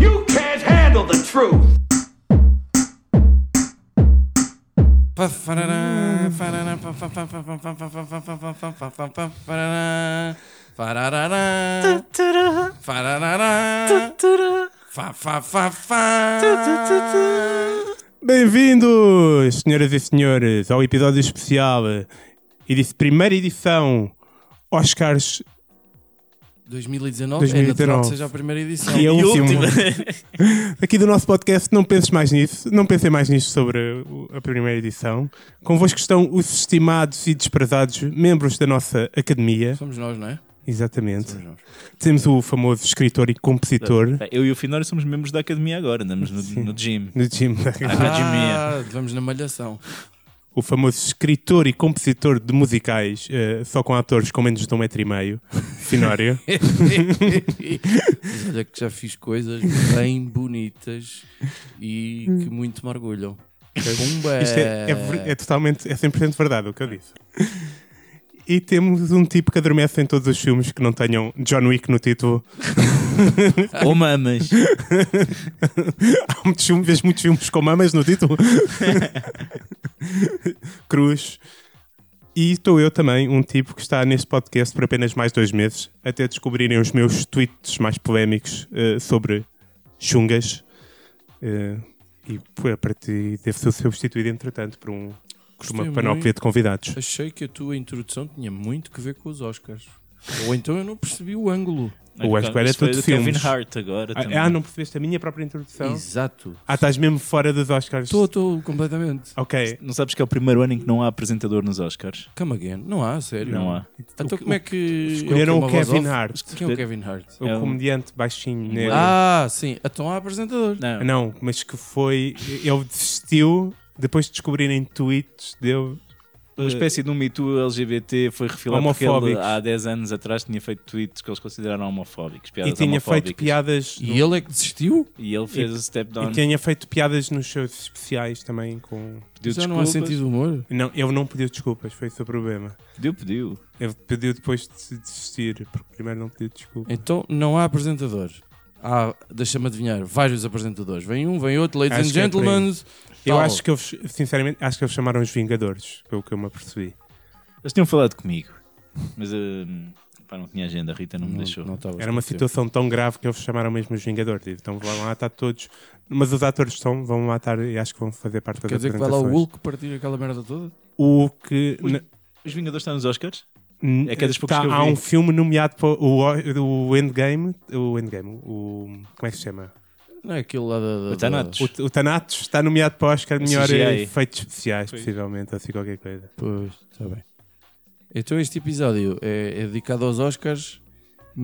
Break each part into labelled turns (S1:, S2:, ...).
S1: You can't handle the truth.
S2: Bem-vindos, senhoras e senhores, ao episódio especial, edi- primeira edição, Oscars
S3: 2019, é
S2: 2019.
S3: natural que seja a primeira edição.
S2: e a
S3: E
S2: última. é Aqui do nosso podcast, não penses mais nisso, não pensem mais nisso sobre o- a primeira edição. Convosco estão os estimados e desprezados membros da nossa academia,
S3: Somos nós, não é?
S2: exatamente.
S3: Somos nós.
S2: Temos o famoso escritor e compositor
S4: Eu e o Finório somos membros da academia agora, andamos no, no gym.
S2: no Jim,
S3: Ah, vamos na malhação.
S2: o famoso escritor e compositor de musicais, eh, só com atores com menos de um metro e meio, Finório.
S3: Mas olha que já fiz coisas bem bonitas e que muito me orgulham. Pumba!
S2: Isto é, é ver- é totalmente, é 100% verdade o que eu disse. E temos um tipo que adormece em todos os filmes que não tenham John Wick no título.
S4: Ou mamas.
S2: Há muitos filmes, vês muitos filmes com mamas no título. Cruz. E estou eu também, um tipo que está neste podcast por apenas mais dois meses, até descobrirem os meus tweets mais polémicos eh, sobre chungas. Eh, e por- a partir deve ser substituído, entretanto, por um, por uma
S3: Gostei
S2: panóplia de convidados.
S3: Achei que a tua introdução tinha muito que ver com os Oscars. Ou então eu não percebi o ângulo.
S2: O Ash Square é
S4: Isto foi
S2: tudo
S4: do
S2: filmes.
S4: Kevin Hart agora também.
S2: Ah, ah, não percebeste a minha própria introdução?
S3: Exato.
S2: Ah, estás mesmo fora dos Oscars?
S3: Estou, estou completamente.
S2: Ok.
S4: Não sabes que é o primeiro ano em que não há apresentador nos Oscars?
S3: Come again. Não há, a sério.
S4: Não há.
S3: Então como é que.
S2: Escolheram
S3: é
S2: o
S3: que é uma voz
S2: Kevin
S3: off?
S2: Hart,
S3: Quem é o Kevin Hart?
S2: o
S4: É um-
S2: comediante baixinho negro.
S3: Ah, sim. Então há apresentador.
S4: Não.
S2: Não, mas que foi. Ele desistiu depois de descobrirem tweets dele.
S4: Uma espécie de um Me Too LGBT foi refilado porque ele,
S2: Homofóbicos.
S4: há 10 anos atrás tinha feito tweets que eles consideraram homofóbicos.
S2: E
S4: Piadas
S2: tinha feito
S4: homofóbicas.
S2: piadas.
S3: E ele é que desistiu?
S4: E ele fez o step down.
S2: E tinha feito piadas nos seus especiais também com.
S4: Pediu
S3: Já não há
S4: desculpas.
S3: sentido de humor.
S2: Não, ele não pediu desculpas, foi o seu problema.
S4: Pediu, pediu.
S2: Ele pediu depois de se desistir, porque primeiro não pediu desculpas.
S3: Então não há apresentador. Há, deixa-me adivinhar, vários apresentadores. Vem um, vem outro, ladies
S2: Acho
S3: and
S2: que é por aí.
S3: gentlemen.
S2: Eu
S4: Então-
S3: Tal.
S2: acho que eles, sinceramente, acho que eles chamaram os Vingadores, pelo que eu me apercebi.
S4: Eles tinham falado comigo. Mas hum, pá, não tinha agenda, a Rita não, me deixou.
S3: não estava
S2: Era uma
S3: esquecido.
S2: situação tão grave que eles chamaram mesmo os Vingadores. Então vão lá estar todos. Mas os atores estão, vão lá estar e acho que vão fazer parte das
S3: Quer dizer que vai lá o
S2: apresentações.
S3: Hulk partir aquela merda toda?
S2: O que. na-
S4: Os Vingadores estão nos Oscars?
S2: N-
S4: É que é das poucas que eu
S2: Há
S4: vi.
S2: um filme nomeado para o, o, o Endgame. O Endgame. O, como é que se chama?
S3: Não é aquilo lá da. da-
S4: O Thanatos.
S3: da-
S2: O, o Thanatos está nomeado para o Oscar de melhor
S4: CGI.
S2: efeitos especiais,
S4: Pois.
S2: possivelmente, assim qualquer coisa.
S3: Pois, está bem. Então este episódio é, é dedicado aos Oscars,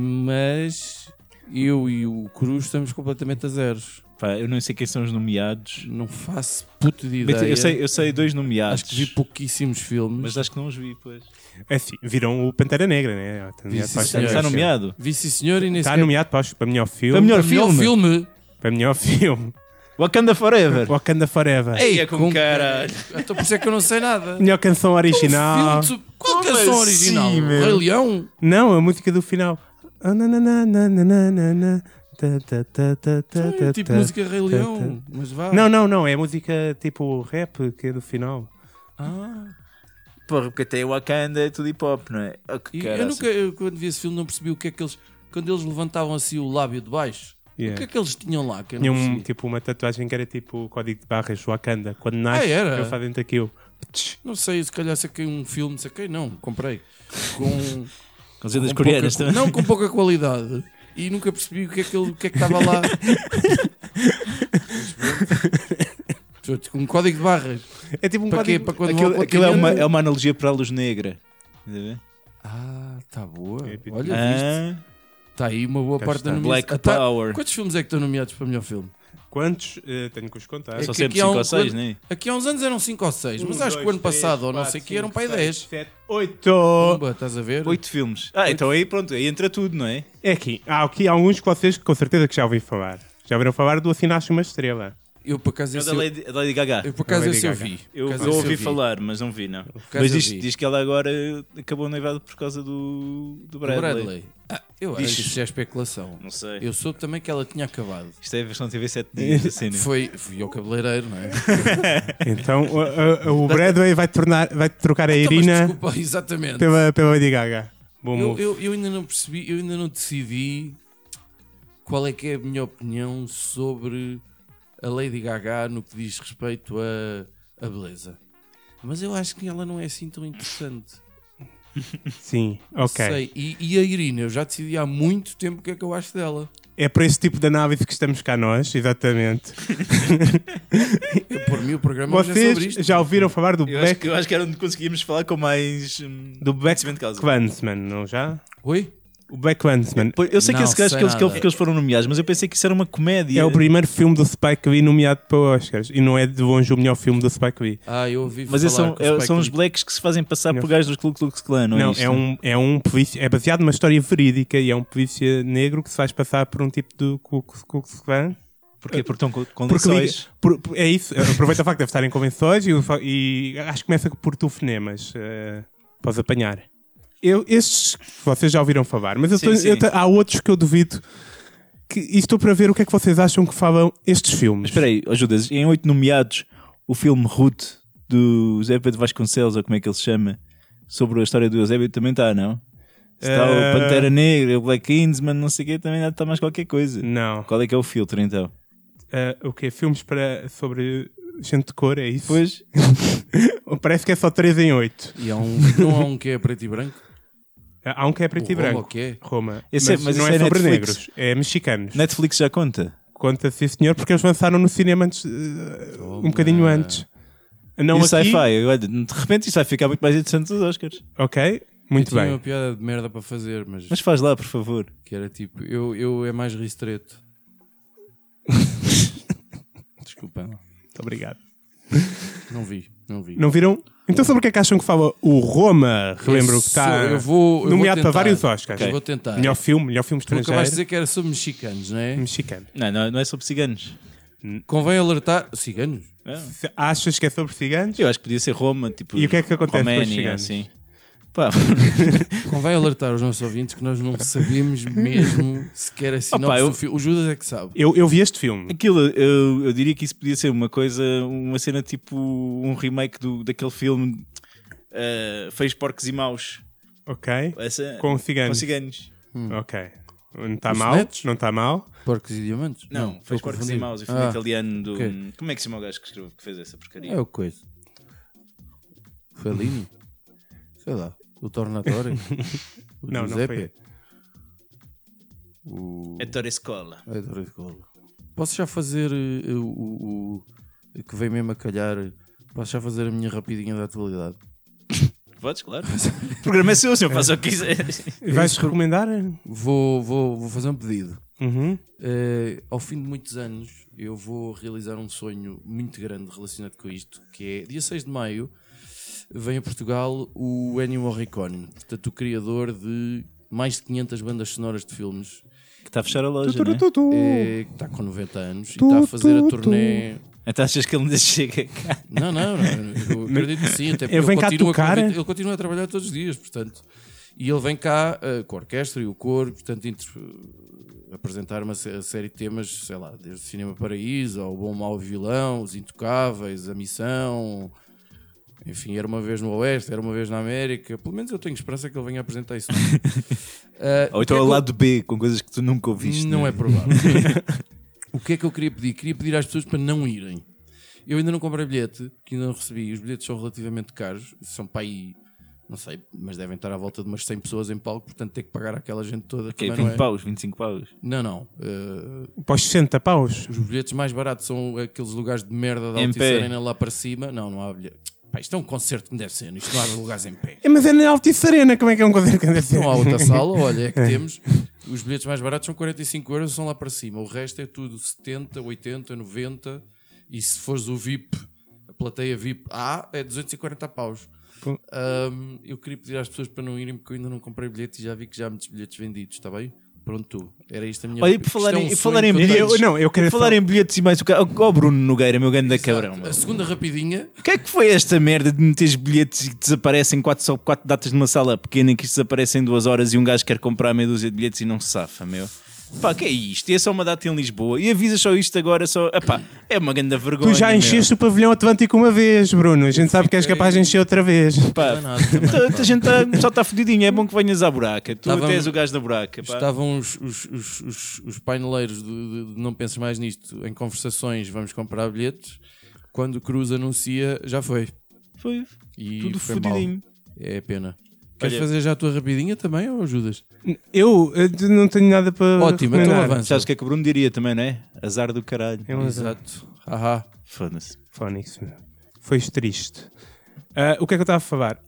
S3: mas eu e o Cruz estamos completamente a zeros.
S4: Pá, eu não sei quem são os nomeados.
S3: Não faço puto de
S4: Mas
S3: ideia.
S4: eu, sei, eu sei dois nomeados.
S3: Acho é que vi pouquíssimos filmes.
S4: Mas acho que não os vi, pois.
S2: É assim, viram o Pantera Negra, né? Está nomeado
S3: Sim,
S2: para o
S3: sim,
S2: Oscar
S3: senhor.
S2: de
S4: Está
S2: melhor filme.
S4: nomeado?
S3: Vi sim senhor e nem
S2: Está
S3: sequer-
S2: nomeado para, o- para melhor filme.
S4: melhor
S3: Para melhor filme.
S2: Para melhor filme.
S4: Wakanda Forever.
S2: Wakanda Forever.
S4: Ei, é
S3: com-
S4: com caralho.
S3: Então por isso é que eu não sei nada.
S2: Melhor canção original.
S3: Filme de- Qual
S4: Como
S3: canção
S4: assim,
S3: original?
S4: meu?
S3: Rei Leão?
S2: Não, a música do final. Ah, na, na, na, na, na, na, na, na, ta, ta, ta, ta, ta,
S3: Ai,
S2: ta,
S3: tipo
S2: ta.
S3: música Rei Leão. Mas vá.
S2: Não, não, não. É música tipo rap que é do final.
S3: Ah,
S4: Porra, porque até Wakanda é tudo hip hop, não é? Oh, que
S3: e eu
S4: caraças.
S2: assim.
S3: nunca, eu, quando vi esse filme, não percebi o que é que eles. Quando eles levantavam assim o lábio de baixo, o
S2: Yeah.
S3: que é que eles tinham lá? Que eu não
S2: Tinha um,
S3: percebi?
S2: tipo uma tatuagem que era tipo o código de barras Wakanda. Quando
S3: Ah,
S2: nasce,
S3: era?
S2: eu fazem aquilo. Ptsch.
S3: Não sei, se calhar saquei um filme, saquei não, comprei. Com.
S4: Com as lendas
S3: Um com
S4: coreanas
S3: pouca,
S4: também.
S3: não com pouca qualidade. E nunca percebi o que é que ele- o que é que estava lá. Com um código de barras.
S2: É tipo um
S3: Para quê?
S2: código.
S3: Para quando um- vão ao
S4: Aquilo, aquilo é, uma,
S3: continente?
S4: é uma analogia para a luz negra. Estás a ver?
S3: Ah, tá boa.
S2: É, Peter.
S3: Olha, viste?
S4: Ah,
S3: Está aí uma boa
S2: Cá
S3: parte da
S2: está.
S3: nomeação.
S4: Black
S3: Ah, tá.
S4: Power.
S3: Quantos filmes é que estão nomeados para melhor filme?
S2: Quantos? Eh, tenho que os contar.
S3: É
S4: Só
S3: que
S4: sempre
S3: aqui há
S4: 5
S3: um-
S4: ou 6, né?
S3: Aqui há uns anos eram 5 ou 6, mas
S2: Um,
S3: acho que o
S2: dois,
S3: ano passado,
S2: três,
S3: ou não
S2: quatro,
S3: sei o um que,
S2: cinco,
S3: eram para aí
S2: seis,
S3: 10.
S2: sete,
S4: Ah,
S2: Oito!
S3: Pumba, estás a ver?
S4: 8 filmes. Ah, então aí pronto, aí entra tudo, não é?
S2: É aqui. Há aqui alguns que vocês com certeza que já ouvi falar. Já ouviram falar do Assinaste uma Estrela?
S3: Eu por acaso
S4: É
S3: esse
S4: da
S3: eu,
S4: Lady, da Lady Gaga.
S3: eu, por acaso
S2: Da
S3: esse eu
S2: Lady
S3: vi.
S4: Eu,
S3: Por acaso
S4: eu
S3: esse
S4: ouvi
S3: vi.
S4: falar, mas não vi, não.
S3: acaso
S4: Mas
S3: eu
S4: diz,
S3: vi.
S4: diz que ela agora acabou noivada por causa do,
S3: Do
S4: do Bradley.
S3: Bradley. Ah, eu acho
S4: Diz-
S3: que isso já é especulação.
S4: Não sei.
S3: Eu soube também que ela tinha acabado.
S4: Isto é a versão TV 7 dias, assim, né?
S3: Foi, fui ao cabeleireiro, não é?
S2: Então o, a- a- o Bradway vai, tornar, vai trocar a
S3: Então, mas
S2: Irina
S3: desculpa, exatamente.
S2: pela, pela Lady Gaga. Bom
S3: Eu,
S2: move.
S3: eu, eu ainda não percebi, eu ainda não decidi qual é que é a minha opinião sobre a Lady Gaga no que diz respeito à a beleza. Mas eu acho que ela não é assim tão interessante.
S2: Sim, ok.
S3: Sei. E, e a Irina, eu já decidi há muito tempo o que é que eu acho dela.
S2: É por esse tipo de análise que estamos cá nós, exatamente.
S3: Eu, por mim, o programa hoje é sobre
S2: Vocês
S3: isto.
S2: já ouviram falar do
S4: Eu acho,
S2: Black,
S4: que, eu acho que era onde conseguíamos falar com mais. hum,
S2: do Black
S4: conhecimento de causa.
S2: Clansman, não já?
S3: Oi?
S2: O Black Clansman
S4: Pois, Eu sei
S3: Não,
S4: que esse gajo
S3: sei
S4: que eles, que
S3: nada.
S4: eles foram nomeados, mas eu pensei que isso era uma comédia.
S2: é o primeiro filme do Spike Lee nomeado para Oscars e não é de longe o melhor filme do Spike Lee.
S3: Ah, eu ouvi
S4: Mas esses
S3: falar
S4: são,
S3: com o
S4: é-
S3: Spike
S4: são os
S3: Lee.
S4: blacks que se fazem passar
S2: Não.
S4: por gajos dos Ku Klux Klan, não,
S2: Não,
S4: é isto?
S2: é um, é um polícia, é baseado numa história verídica e é um polícia negro que se faz passar por um tipo do Ku Klux Ku Klux Klan.
S4: Porquê? Porque estão com com
S2: Porque liga,
S4: lições.
S2: por- por- é isso, aproveita o facto de deve estar em convenções e, o fa- e acho que começa por telefonemas. eh, podes apanhar. Eu, estes que vocês já ouviram falar, mas eu
S4: Sim,
S2: tô-
S4: sim.
S2: eu tô- há outros que eu duvido que, e estou para ver o que é que vocês acham que falam estes
S4: Mas
S2: filmes.
S4: espera aí, ó Judas, em oito nomeados, o filme Root do Zé Pedro Vasconcelos, ou como é que ele se chama, sobre a história do Eusébio também está, não? Se Está
S2: Eh,
S4: o Pantera Negra, o Black Kingsman, não sei o quê, também dá está mais qualquer coisa.
S2: Não.
S4: Qual é que é o filtro então?
S2: Ah, o quê? Filmes para, sobre gente de cor, é isso?
S4: Pois,
S2: Parece que é só 3 em 8.
S3: E há um, não há um que é preto e branco?
S2: Há um que é preto e
S3: O Roma,
S2: branco.
S3: o que é?
S2: Roma.
S4: Esse é-
S2: mas,
S4: mas
S2: não
S4: esse
S2: é,
S4: é
S2: sobre
S4: Netflix.
S2: negros, é mexicanos.
S4: Netflix já conta.
S2: Conta, sim senhor, porque eles lançaram no cinema antes, eh, um
S3: Toma.
S2: bocadinho antes. Não
S4: e o
S2: aqui,
S4: sci-fi, é olha, de repente isso vai ficar muito mais interessante dos Oscars.
S2: Ok,
S3: Eu
S2: muito
S3: tinha
S2: bem.
S3: uma piada de merda para fazer, mas,
S4: Mas faz lá, por favor.
S3: que era tipo, eu, eu é mais ristreto. Desculpa, não.
S2: Muito obrigado.
S3: não vi, não vi.
S2: Não viram? Então sobre o que é que acham que fala o Roma? Relembro que está
S3: Eu vou- eu vou
S2: nomeado
S3: tentar.
S2: para vários Oscars.
S3: Eu vou tentar.
S2: Melhor filme, melhor filme
S3: Tu acabaste de
S2: estrangeiro.
S3: dizer que era sobre mexicanos, não é?
S2: Mexicano.
S4: Não, não, não é sobre ciganos.
S3: Convém alertar. Ciganos?
S4: Não.
S2: Se Achas que é sobre ciganos?
S4: Eu acho que podia ser Roma, tipo.
S2: E o que é que acontece com os
S4: Roménia,
S2: ciganos?
S4: assim. Pá,
S3: Convém alertar os nossos ouvintes que nós não sabemos mesmo sequer assim.
S4: Opa, eu-
S3: O Judas é que sabe.
S2: Eu, eu vi este filme.
S4: aquilo, eu, eu diria que isso podia ser uma coisa, uma cena tipo um remake do, daquele filme eh, Feios Porcos e Maus.
S2: Ok.
S4: Essa-
S2: Com ciganos.
S4: Com ciganos.
S2: Ok. Não está
S3: Hum. Os
S2: mal,
S3: netos?
S2: não está mal.
S3: Porcos e diamantes?
S4: Não,
S3: estou
S4: Feios
S3: a
S4: Porcos
S3: confundir.
S4: e Maus, o filme
S3: Ah,
S4: italiano do.
S3: ok.
S4: Como é que se chama o gajo que, escreveu, que fez essa porcaria?
S3: É o coisa. Fellini? Sei lá. O Tornatore? o
S2: Não, não
S3: Giuseppe?
S4: É Torre Escola.
S3: Ai, adorei de cola. Posso já fazer eh, o, o- o que vem mesmo a calhar? Posso já fazer a minha rapidinha da atualidade?
S4: Podes, claro. o programa é seu, se eu faço o que quiser.
S3: É
S2: Vais recomendar?
S3: Vou, vou, vou fazer um pedido.
S2: Uhum.
S3: Eh, ao fim de muitos anos, eu vou realizar um sonho muito grande relacionado com isto, que é dia 6 de maio vem a Portugal o Ennio Morricone, portanto o criador de mais de 500 bandas sonoras de filmes,
S4: Que está a fechar a loja. é?
S2: Tu, tu, tu.
S3: eh, que está com 90 anos e está a fazer a
S2: Uh! tu, tu.
S3: turnê
S4: Então achas que ele ainda chega cá?
S3: Não, não, não. Eu acredito que sim. Até porque
S2: Eu
S3: ele
S2: venho cá
S3: continua
S2: tocar.
S3: convi- Ele continua a trabalhar todos os dias, portanto. E ele vem cá eh, com a orquestra e o coro, portanto, inter- eh, apresentar uma sé- série de temas, sei lá, desde Cinema Paraíso, ao Bom Mau Vilão, Os Intocáveis, A Missão. Enfim, era uma vez no Oeste, era uma vez na América. Pelo menos eu tenho esperança que ele venha apresentar isso. Eh, o que é
S4: Ou então ao
S3: que eu-
S4: lado B, com coisas que tu nunca ouviste.
S3: não
S4: né?
S3: é provável. o que é que eu queria pedir? Queria pedir às pessoas para não irem. Eu ainda não comprei bilhete, que ainda não recebi. Os bilhetes são relativamente caros, são para aí, não sei, mas devem estar à volta de umas 100 pessoas em palco, portanto ter que pagar aquela gente toda.
S4: Ok,
S3: também
S4: 20
S3: não, é...
S4: paus, 25 paus.
S3: não, não. Eh,
S2: Para os 60 paus.
S3: os bilhetes mais baratos são aqueles lugares de merda da
S4: Em
S3: Altice
S4: pé.
S3: Arena lá para cima. Não, não há bilhete. Pá, isto é um concerto que não deve ser, isto não há lugares em pé.
S2: É, Mas é na Altice Arena, como é que é um concerto que anda a ser?
S3: Não há outra sala, olha, é que temos. Os bilhetes mais baratos são 45 euros, são lá para cima. O resto é tudo 70, 80, 90. E se fores o VIP, a plateia VIP A, é 240 paus.
S2: Pô.
S3: Ahm, eu queria pedir às pessoas para não irem, porque eu ainda não comprei bilhete e já vi que já há muitos bilhetes vendidos, está bem? Pronto, era isto a minha
S4: Olha, e por falar
S3: isto é
S4: em-
S3: um
S4: e falar em
S3: sonho que eu
S2: Eu,
S4: bilhetes-
S3: tenho.
S2: não, eu queria
S4: falar em bilhetes e mais o carro. Ó Bruno Nogueira, meu grande cabrão. meu.
S3: A segunda rapidinha,
S4: O que é que foi esta merda de meteres bilhetes e que desaparecem quatro, só quatro datas numa sala pequena em que isto desaparecem em duas horas e um gajo quer comprar meia dúzia de bilhetes e não se safa, meu? Pá, que é isto? E é só uma data em Lisboa e avisa só isto agora, só. Epá, é uma grande vergonha.
S2: Tu já
S4: meu.
S2: encheste o pavilhão Atlântico uma vez, Bruno. A gente sabe que és
S3: fiquei-
S2: capaz de encher outra vez.
S4: Pá,
S3: Não é nada também,
S4: t-
S3: pá.
S4: a gente tá, só está fodidinho, é bom que venhas à buraca. Tu
S3: Estava-
S4: até és o gajo da buraca. Pá.
S3: estavam os, os, os, os, os paineleiros de, de- de Não Penses Mais Nisto em conversações, vamos comprar bilhetes. Quando o Cruz anuncia, já foi.
S4: Foi
S3: E
S4: tudo
S3: foi mal.
S4: fodidinho.
S3: É pena. Queres
S4: Olha-
S3: fazer já a tua rapidinha também ou ajudas?
S2: Eu, eh, não tenho nada para.
S3: Ótimo, então
S2: recomendar.
S3: avança.
S4: Sabes o que é que o Bruno diria também, não é? Azar do caralho.
S2: É um azar.
S3: Exato. Haha.
S4: Foda-se.
S2: Fónix, meu. Foi triste. Ah, o que é que eu estava a falar?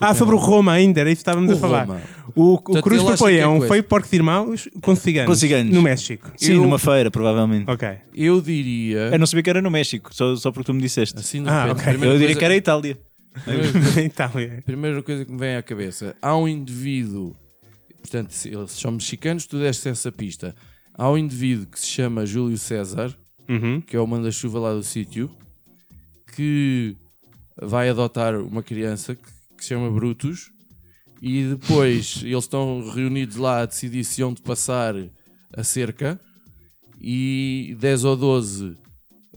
S2: ah, sobre o Roma ainda, era isso que estávamos
S3: O
S2: a falar.
S3: Roma.
S2: O, o
S3: Portanto,
S2: Cruz
S3: ele acha
S2: propõe
S3: que é
S2: é um
S3: coisa.
S2: feio porco de irmãos com ciganos.
S4: Com ciganos.
S2: No México.
S4: Sim,
S2: Eu-
S4: numa feira, provavelmente.
S2: Ok.
S3: Eu diria.
S4: Eu não sabia que era no México, só, só porque tu me disseste.
S3: Assim de
S2: Ah,
S3: repente,
S2: ok.
S3: a primeira
S4: Ah, Eu diria
S3: coisa-
S4: que era a Itália.
S3: primeira-
S2: então, é.
S3: Primeira coisa que me vem à cabeça, há um indivíduo, portanto, se- eles são mexicanos, tu deste essa pista. Há um indivíduo que se chama Júlio César,
S2: Uhum.
S3: que é o manda-chuva lá do sítio, que vai adotar uma criança que, que se chama Brutus, e depois eles estão reunidos lá a decidir se onde passar a cerca, e 10 ou 12,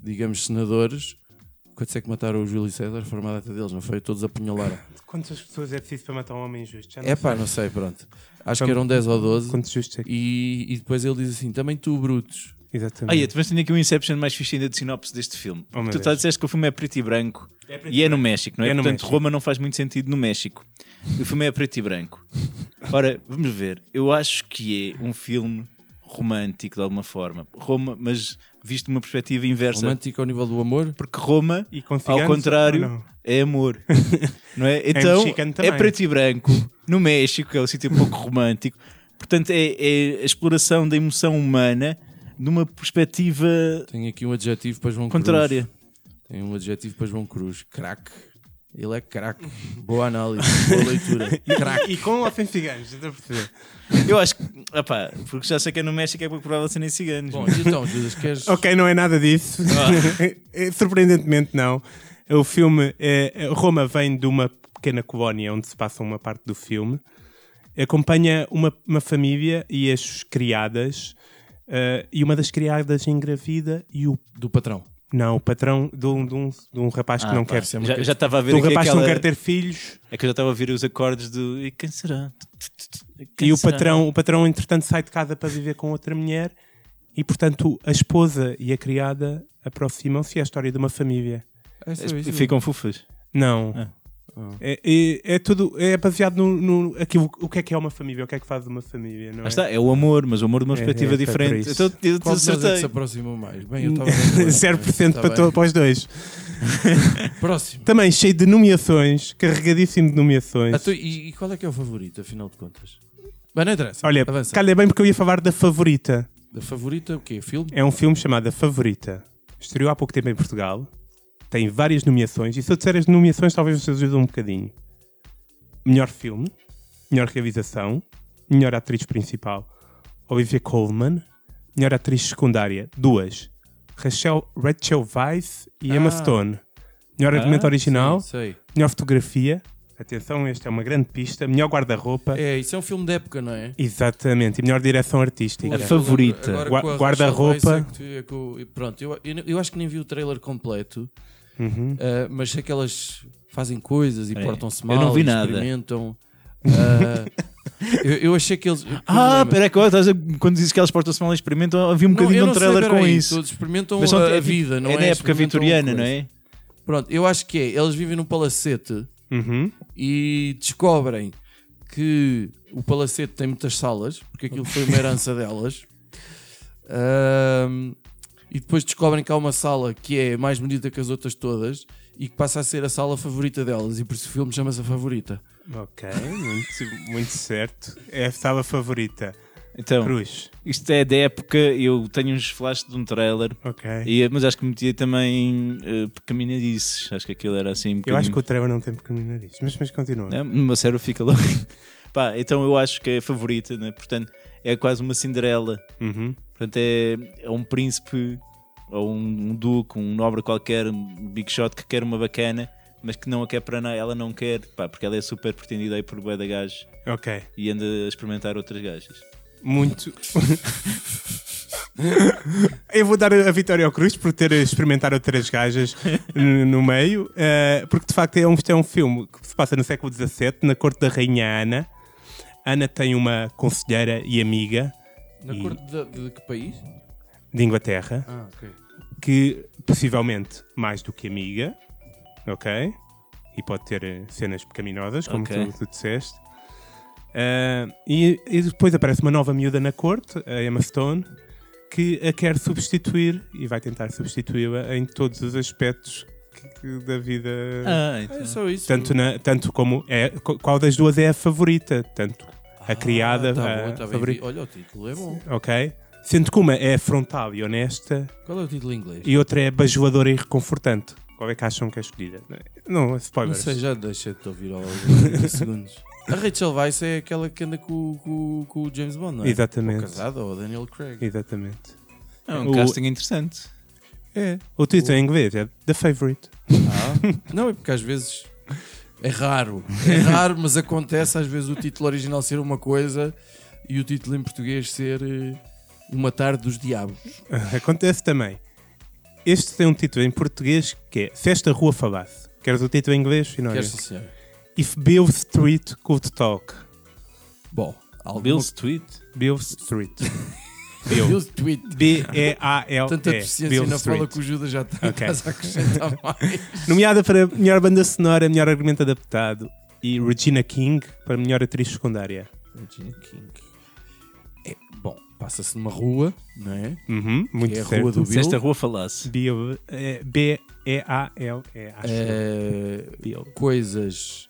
S3: digamos, senadores. Quantos é que mataram o Júlio César? Foi uma data deles, não foi? Todos apunhalaram.
S2: Quantas pessoas é preciso para matar um homem justo? Já não
S3: É
S2: sei.
S3: pá, não sei, pronto. Acho que eram 10 ou 12.
S2: Quantos justos é que...
S3: E, e depois ele diz assim: também tu, Brutos.
S2: Exatamente.
S4: Olha,
S3: é
S4: tu vais ter aqui um Inception mais fixe ainda de sinopse deste filme.
S2: Oh, meu
S4: tu
S2: Deus.
S4: estás disseste que o filme é preto e branco e é no México, não é?
S2: É no
S4: Portanto,
S2: México.
S4: Roma não faz muito sentido no México. O filme é preto e branco. Ora, vamos ver. Eu acho que é um filme romântico de alguma forma. Roma, mas visto de uma perspectiva inversa.
S3: Romântico ao nível do amor.
S4: Porque Roma,
S2: E com
S4: ao
S2: ciganos, ou
S4: contrário,
S2: não?
S4: é amor. não é? Então,
S2: mexicano
S4: é,
S2: também.
S4: preto e branco, no México, que é um sítio pouco romântico. Portanto, é, é a exploração da emoção humana numa perspectiva
S3: Tenho aqui um adjetivo para João
S4: contrária.
S3: Cruz. Tenho um adjetivo para João Cruz: craque. Ele é craque. Boa análise, boa leitura. Craque.
S2: E com ou sem ciganos? Estás a perceber?
S4: Eu acho que, opá, porque já sei que é no México é pouco provável serem ciganos.
S3: Bom,
S4: Bom,
S3: e então, Judas, queres.
S2: Ok, não é nada disso.
S4: Ah.
S2: É, Surpreendentemente, não. O filme. é- é- Roma vem de uma pequena colónia onde se passa uma parte do filme. Acompanha uma, uma família e as criadas. eh, e uma das criadas engravida e o.
S3: Do patrão.
S2: Não, o patrão de um, de um, de um rapaz
S4: Ah,
S2: que não quer ser.
S4: já, já estava a
S2: De
S4: é ver
S2: um
S4: aqui
S2: rapaz
S4: aquela,
S2: que não quer ter filhos.
S4: É que eu já estava a ver os acordes do. E quem será? Quem
S2: E o
S4: será?
S2: patrão, o patrão, entretanto, sai de casa para viver com outra mulher. E, portanto, a esposa e a criada aproximam-se. É a história de uma família.
S3: É só isso.
S4: Ficam fufas.
S2: Não.
S4: Ah.
S2: É, é, é tudo é baseado no, no aquilo, o que é que é uma família, o que é que faz uma família, não é?
S4: Ah,
S3: tá-
S4: está, é o amor, mas o amor de uma
S2: É,
S4: perspectiva
S2: é, é para
S4: diferente.
S2: isso.
S4: Então, eu te
S3: Qual de nós é que
S4: acertei.
S3: se aproximou mais? Bem, eu estava.
S2: 0%
S3: Tá
S2: para,
S3: bem.
S2: to- para os dois.
S3: Próximo.
S2: Também cheio de nomeações, carregadíssimo de nomeações.
S3: Ah, tu- e, e qual é que é o favorito, afinal de contas? Bem, não interessa.
S2: Olha,
S3: avança.
S2: calha bem porque eu ia falar da Favorita.
S3: Da favorita, o quê? Filme?
S2: É um filme chamado A Favorita. Estreou há pouco tempo em Portugal. Tem várias nomeações. E se eu disser as nomeações, talvez vocês ajudem um bocadinho. Melhor filme, melhor realização, melhor atriz principal, Olivia Colman. Melhor atriz secundária, duas. Rachel, Rachel Weisz e Emma
S3: Ah.
S2: Stone. Melhor argumento original,
S3: Sim, sei.
S2: melhor fotografia. Atenção, esta é uma grande pista. Melhor guarda-roupa.
S3: É, isso é um filme de época, não é?
S2: Exatamente. E melhor direção artística.
S4: A favorita.
S3: Agora
S2: Gua-
S3: com a
S2: guarda-roupa.
S3: Rachel Weisz é que tu- é que eu- Pronto, eu, eu, eu acho que nem vi o trailer completo,
S4: Uhum.
S3: Ah, mas sei que elas fazem coisas e
S4: É,
S3: portam-se
S4: eu
S3: mal,
S4: não vi
S3: e
S4: nada.
S3: experimentam. Ah, eu, eu achei que eles.
S4: Ah, peraí, que agora estás a- quando dizes que elas portam-se mal e experimentam, havia um bocadinho de um trailer com isso.
S3: Todos experimentam
S4: são-
S3: a,
S4: é
S3: a
S4: tipo-
S3: vida, não é?
S4: É da época
S3: Experimentam
S4: vitoriana,
S3: coisas.
S4: não é?
S3: Pronto, eu acho que é. Eles vivem num palacete
S2: Uhum.
S3: e descobrem que o palacete tem muitas salas, porque aquilo foi uma herança delas. Ahm, e depois descobrem que há uma sala que é mais bonita que as outras todas e que passa a ser a sala favorita delas, e por isso o filme chama-se a favorita.
S2: Ok, muito, muito certo. É a estava favorita.
S4: Então,
S2: Cruz.
S4: isto é da época, eu tenho uns flashes de um trailer.
S2: Ok.
S4: E- mas acho que metia também uh, pecaminadices. Acho que aquilo era assim. Um
S2: Eu acho que
S4: bocadinho- né?
S2: o Trevor não tem pequeno nariz, mas, mas continua.
S4: Não, o meu cérebro fica logo. Pá, Pá, então eu acho que é a favorita, né? portanto é quase uma Cinderela.
S2: Uhum.
S4: Portanto é, é um príncipe ou um, um duque, um nobre qualquer, um big shot que quer uma bacana, mas que não a quer para nada, ela não quer, pá, porque ela é super pretendida aí por bué da gajo
S2: Ok.
S4: e anda a experimentar outras gajas.
S2: Muito. Eu vou dar a vitória ao Cruz por ter experimentado outras gajas n- no meio, eh, porque de facto é um, isto é um filme que se passa no século XVII, na corte da Rainha Ana. Ana tem uma conselheira e amiga
S3: Na
S2: E-
S3: cor de, de que país?
S2: de Inglaterra
S3: Ah, ok.
S2: que possivelmente mais do que amiga, ok? E pode ter eh, cenas pecaminosas, como
S4: Ok.
S2: tu, tu disseste. Ah, e, e depois aparece uma nova miúda na corte, a Emma Stone, que a quer substituir e vai tentar substituí-la em todos os aspectos que- que da vida.
S4: Ah,
S3: É
S4: então.
S3: só isso.
S2: Tanto, na- tanto como é. co- Qual das duas é a favorita? Tanto a criada,
S3: Ah, tá
S2: a
S3: bom, tá bem
S2: favorita.
S3: vi- Olha, o título é bom.
S2: Ok? Sendo que uma é frontal e honesta
S3: Qual é o título em inglês?
S2: e outra é bajuladora e reconfortante. Qual é que acham que é escolhida? Não, é
S3: Não
S2: spoilers.
S3: sei, já deixa de te ouvir ao longo de 30 segundos. A Rachel Weisz é aquela que anda com, com- com o James Bond, não é? Ou
S2: Exatamente.
S3: casada ou Daniel Craig.
S2: Exatamente.
S4: É um
S2: O-
S4: casting interessante.
S2: É. O título em inglês é The Favorite.
S3: Ah, não, é porque às vezes é raro. É raro, mas acontece às vezes o título original ser uma coisa e o título em português ser eh, Uma Tarde dos Diabos.
S2: Acontece também. Este tem um título em português que é Se esta rua falasse. Queres o título em inglês? Finório?
S3: Queres sim, senhor?
S2: If Bill Street could talk.
S3: Bom, alguma...
S4: Bill's tweet.
S2: Bill Street.
S3: Bill Tweet.
S2: B-E-A-L-E.
S3: Tanta deficiência
S2: Beale
S3: na
S2: É, Street.
S3: fala que o Judas já está
S2: Ok.
S3: estás a acrescentar mais.
S2: Nomeada para melhor banda sonora, melhor argumento adaptado e Regina King para melhor atriz secundária.
S3: Regina King. É, bom, passa-se numa rua, não é?
S2: Uhum, muito
S3: Que é a
S2: certo.
S3: rua do
S4: Se
S3: Bill.
S4: esta rua falasse.
S2: Bill, é, B-E-A-L-E, é, acho.
S4: É.
S3: Eh,
S2: Bill.
S3: coisas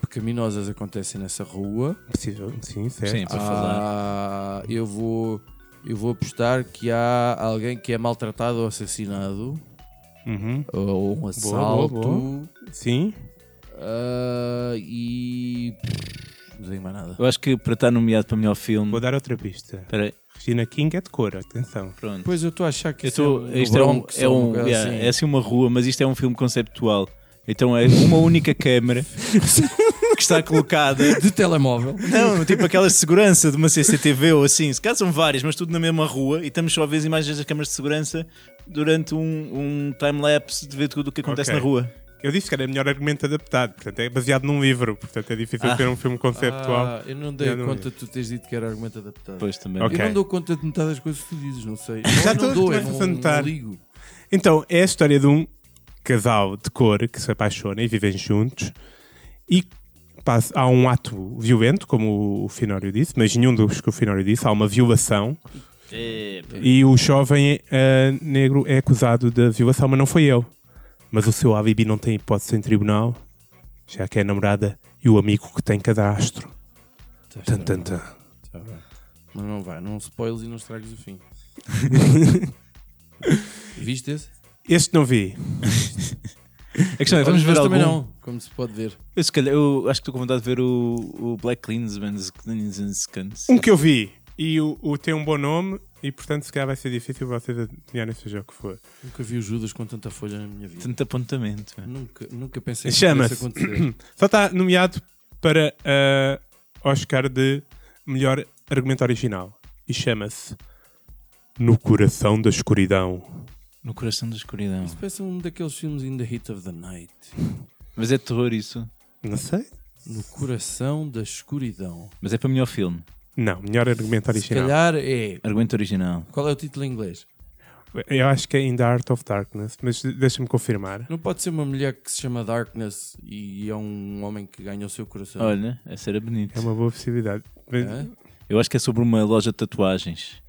S3: pecaminosas acontecem nessa rua.
S2: Preciso, sim, certo.
S4: Sim. Para
S3: Ah,
S4: falar.
S3: Eu vou, eu vou apostar que há alguém que é maltratado ou assassinado,
S2: Uhum,
S3: ou um
S2: boa,
S3: assalto,
S2: boa. sim.
S3: ah, e. Não sei mais nada.
S4: Eu acho que para estar nomeado para melhor filme.
S2: Vou dar outra pista.
S4: Espera aí,
S2: Regina King é de cor, atenção.
S4: pronto.
S3: Pois eu estou a achar que
S4: Eu
S3: isso
S4: tô-
S3: é um-
S4: isto é um,
S3: Bronx
S4: é,
S3: ou
S4: um,
S3: lugar
S4: yeah,
S3: assim.
S4: é assim uma rua, mas isto é um filme conceptual. Então é uma única câmera que está colocada.
S3: de telemóvel.
S4: Não, tipo aquela segurança de uma CCTV ou assim. Se calhar são várias, mas tudo na mesma rua e estamos só a ver as imagens das câmaras de segurança durante um, um time-lapse de ver tudo o que acontece
S2: Ok.
S4: na rua.
S2: Eu disse que era melhor argumento adaptado, portanto é baseado num livro, portanto é difícil
S4: Ah.
S2: ter um filme conceptual.
S3: Ah, eu não dei
S2: Eu não
S3: conta de tu teres dito que era argumento adaptado.
S4: Depois também.
S2: Ok.
S3: Eu não dou conta de metade das coisas que tu dizes, não sei.
S2: Já
S3: Já
S2: estou-
S3: não dou, eu
S2: estou a
S3: não,
S2: notar.
S3: não ligo.
S2: Então, é a história de um casal de cor que se apaixona e vivem juntos e passa- há um ato violento, como o Finório disse, mas nenhum dos que o Finório disse, há uma violação
S4: É,
S2: E o jovem eh, negro é acusado da violação, mas não foi ele. Mas o seu alibi não tem hipótese em tribunal, já que é a namorada e o amigo que tem cadastro. Tan, tan, tan.
S3: Tá bem. Mas não vai, não spoils e não estragues o fim. Viste esse?
S2: Este não vi.
S4: a questão é, vamos
S3: Mas
S4: ver algum.
S3: também não, como se pode ver.
S4: Eu, se calhar, eu acho que estou com vontade de ver o, o Black Cleansman. Cleansman-
S2: Um que eu vi e o, o tem um bom nome e, portanto, se calhar vai ser difícil vocês adivinharem seja o que for.
S3: Nunca vi o Judas com tanta folha na minha vida.
S4: Tanto apontamento. meu.
S3: Nunca, nunca pensei que
S2: Chama-se.
S3: isso acontecer.
S2: Só está nomeado para eh, Oscar de melhor argumento original e chama-se No Coração da Escuridão.
S4: No coração da escuridão.
S3: Isso parece um daqueles filmes in the heat of the night.
S4: Mas é terror isso.
S2: Não sei.
S3: No coração da escuridão.
S4: Mas é para melhor filme.
S2: Não, melhor argumento
S3: Se
S2: original.
S3: calhar é.
S4: Argumento original.
S3: Qual é o título em inglês?
S2: Eu acho que é In the Art of Darkness, mas deixa-me confirmar.
S3: Não pode ser uma mulher que se chama Darkness e é um homem que ganha o seu coração.
S4: Olha, essa era bonita.
S2: É uma boa possibilidade. Mas-
S3: Hã?
S4: Eu acho que é sobre uma loja de tatuagens.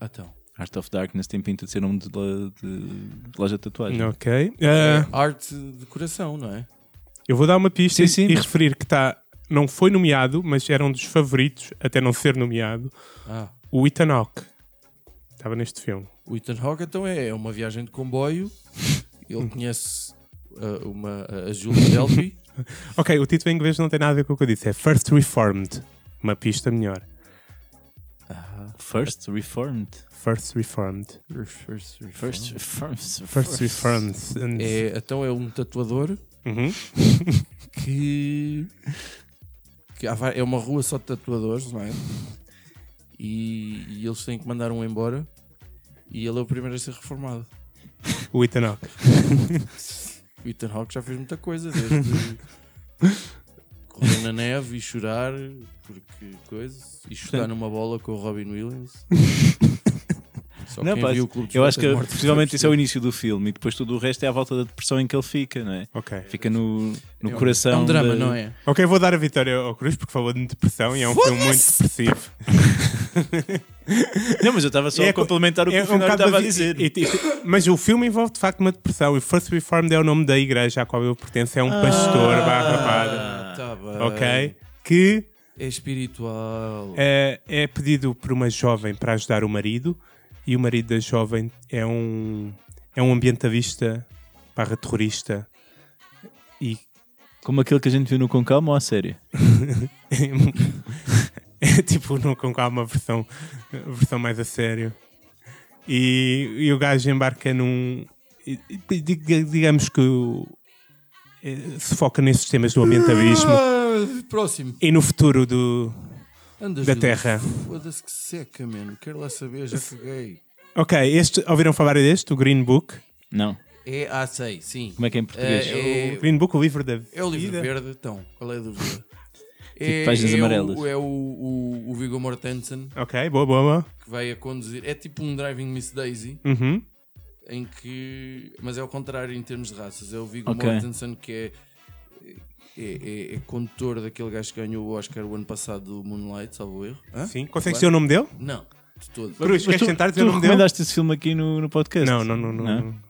S3: Ah, então.
S4: Art of Darkness tem pinta de ser nome de, lo- de- de loja de tatuagens.
S2: Ok. Ah,
S3: É arte de coração, não é?
S2: eu vou dar uma pista
S4: Sim, sim.
S2: e referir que está. Não foi nomeado, mas era um dos favoritos, até não ser nomeado,
S3: Ah,
S2: o Ethan Hawke. Estava neste filme.
S3: o Ethan Hawke então é uma viagem de comboio. Ele conhece ah, uma, a Julie Delpy
S2: Ok, o título em inglês não tem nada a ver com o que eu disse. É First Reformed. Uma pista melhor.
S4: First Reformed.
S2: First Reformed.
S4: First Reformed.
S2: First Reformed. And...
S3: É, então é um tatuador
S2: Uhum.
S3: que. que há va- é uma rua só de tatuadores, não é? E, e eles têm que mandar um embora. E ele é o primeiro a ser reformado.
S2: O Ethan Hawke.
S3: O Ethan Hawke já fez muita coisa, desde correr na neve e chorar, porque coisa, e chutar numa bola com o Robin Williams. Só
S4: Não,
S3: quem
S4: pá,
S3: viu o Clube dos
S4: eu acho que
S3: Poetas Mortos
S4: principalmente
S3: vai
S4: isso é o início do filme e depois tudo o resto é à volta da depressão em que ele fica, não é?
S2: Ok.
S4: Fica no, no
S3: perceber.
S4: coração.
S3: É um drama,
S4: da-
S3: não é?
S2: Ok, vou dar a vitória ao Cruz porque falou de depressão e é um filme muito depressivo.
S4: Não, mas eu estava só
S2: É
S4: a
S2: co-
S4: complementar o que
S2: É
S4: o Finório
S2: bocado
S4: estava a
S2: de-
S4: dizer.
S2: e- e- e- mas o filme envolve de facto uma depressão. E First Reformed é o nome da igreja à qual eu pertenço. É
S4: Ah.
S2: um pastor barra padre.
S3: Ah, tá bem.
S2: Ok? Que
S3: É espiritual.
S2: eh, é pedido por uma jovem para ajudar o marido. E o marido da jovem é um, é um ambientalista barra terrorista. E
S4: Como aquele que a gente viu no Concalmo ou a série?
S2: é tipo no, com calma versão, a versão mais a sério. E, e o gajo embarca num. e- e- diga- Digamos que o- eh, se foca nesses temas do ambientalismo
S3: Ah, próximo.
S2: e no futuro do.
S3: Andas,
S2: Da
S3: Dudu.
S2: Terra.
S3: Foda-se que seca, mano. Quero lá saber, já caguei.
S2: Ok, este, ouviram falar deste? O Green Book?
S4: Não.
S3: É, ah, sei, sim.
S4: Como é que é em português?
S3: É, é-
S2: O Green Book, o livro da.
S3: É o livro
S2: vida?
S3: verde, então. Qual é a dúvida?
S4: Tipo páginas
S3: é
S4: amarelas.
S3: O, é o, o, o Viggo Mortensen
S2: Ok, boa, boa, boa.
S3: que vai a conduzir. É tipo um Driving Miss Daisy,
S2: Uhum.
S3: em que. Mas é ao contrário em termos de raças. É o Viggo
S4: Ok.
S3: Mortensen que é. É, é- é condutor daquele gajo que ganhou o Oscar o ano passado do Moonlight, salvo erro. Hã?
S2: Sim, consegue ser o nome dele?
S3: Não, de todo.
S2: Cruz, queres
S4: tu,
S2: tentar dizer
S4: tu
S2: o nome dele?
S4: recomendaste esse filme aqui no, no podcast?
S2: Não, não, não. não,
S4: Não? é?
S2: não.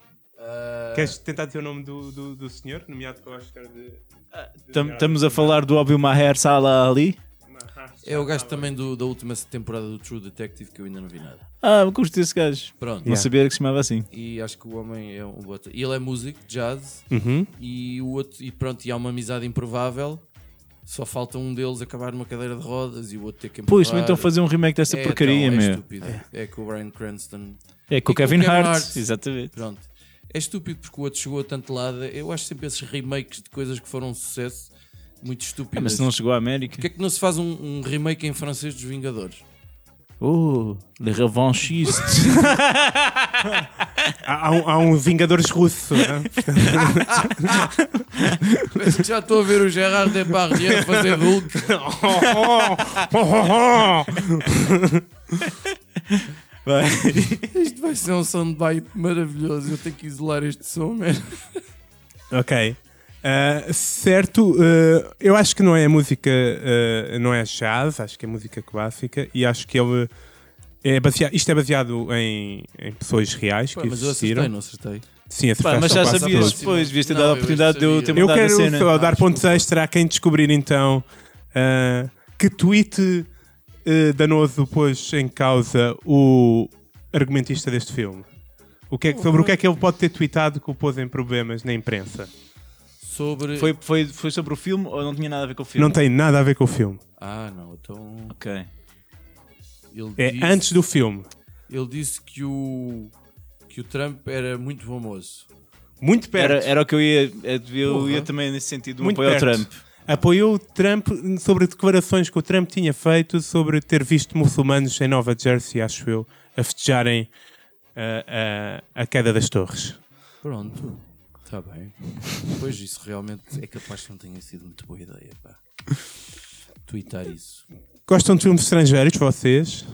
S2: Queres tentar dizer o nome do, do, do senhor, nomeado para o Oscar de.
S4: Tam- estamos a falar do Óbvio Maher Salah Ali?
S3: É o gajo também do- da última temporada do True Detective que eu ainda não vi nada.
S4: Ah, curto esse gajo.
S3: Pronto.
S4: Não
S2: Yeah.
S4: sabia que se chamava assim.
S3: E acho que o homem é um bota. E ele é músico, de jazz.
S4: Hum.
S2: Uhum.
S3: e o outro e pronto, e há uma amizade improvável. Só falta um deles acabar numa cadeira de rodas e o outro ter que empurrar.
S4: Pois, vão então fazer um remake dessa
S3: É,
S4: porcaria,
S3: então, é
S4: meu.
S3: estúpido. É com o Brian Cranston.
S4: É com
S3: E
S4: o Kevin Hart. Exatamente.
S3: Pronto. É estúpido porque o outro chegou a tanto lado. Eu acho sempre esses remakes de coisas que foram um sucesso muito
S4: Ah,
S3: estúpidas.
S4: mas se não chegou à América.
S3: Porquê é que não se faz um, um remake em francês dos Vingadores?
S4: Oh, Le Revanchiste.
S2: Há, há um, há um Vingadores russo, né?
S3: Parece que já estou a ver o Gerard Depardieu a fazer Hulk. Isto vai ser um soundbite maravilhoso. Eu tenho que isolar este som, man.
S2: ok. Ah, certo, ah, eu acho que não é música, ah, não é jazz, acho que é música clássica e acho que ele é baseado, isto é baseado em, em pessoas reais
S3: Pá,
S2: que
S3: mas eu
S2: existiram.
S3: acertei, não acertei.
S2: Sim,
S4: Pá,
S2: acertaste
S4: mas
S2: ao
S4: já
S2: passo
S4: sabias
S2: todo.
S4: depois, devias ter
S3: Não,
S4: dado
S3: eu
S4: a oportunidade de eu
S3: sabia.
S4: ter
S2: Eu
S4: mudado a
S2: quero
S4: cena.
S2: só dar pontos extra a quem descobrir então ah, que tweet ah, danoso pôs em causa o argumentista deste filme. O que é que- sobre o que é que ele pode ter tweetado que o pôs em problemas na imprensa?
S3: Sobre.
S4: Foi, foi, foi sobre o filme ou não tinha nada a ver com o filme?
S2: Não tem nada a ver com o filme.
S3: Ah, não, então.
S4: Ok.
S3: Ele
S2: É
S3: disse,
S2: antes do filme.
S3: Ele disse que o. Que o Trump era muito bom moço.
S2: Muito perto.
S4: Era, era o que eu ia. é, Eu
S3: Porra.
S4: ia também nesse sentido um
S2: muito
S4: apoio ao
S2: perto.
S4: Trump.
S2: Apoiou o Trump sobre declarações que o Trump tinha feito sobre ter visto muçulmanos em Nova Jersey, acho eu, a festejarem ah, ah, a queda das torres.
S3: Pronto. Está bem. Pois isso realmente é capaz que não tenha sido muito boa ideia, pá. Tweetar isso.
S2: Gostam de filmes estrangeiros, vocês?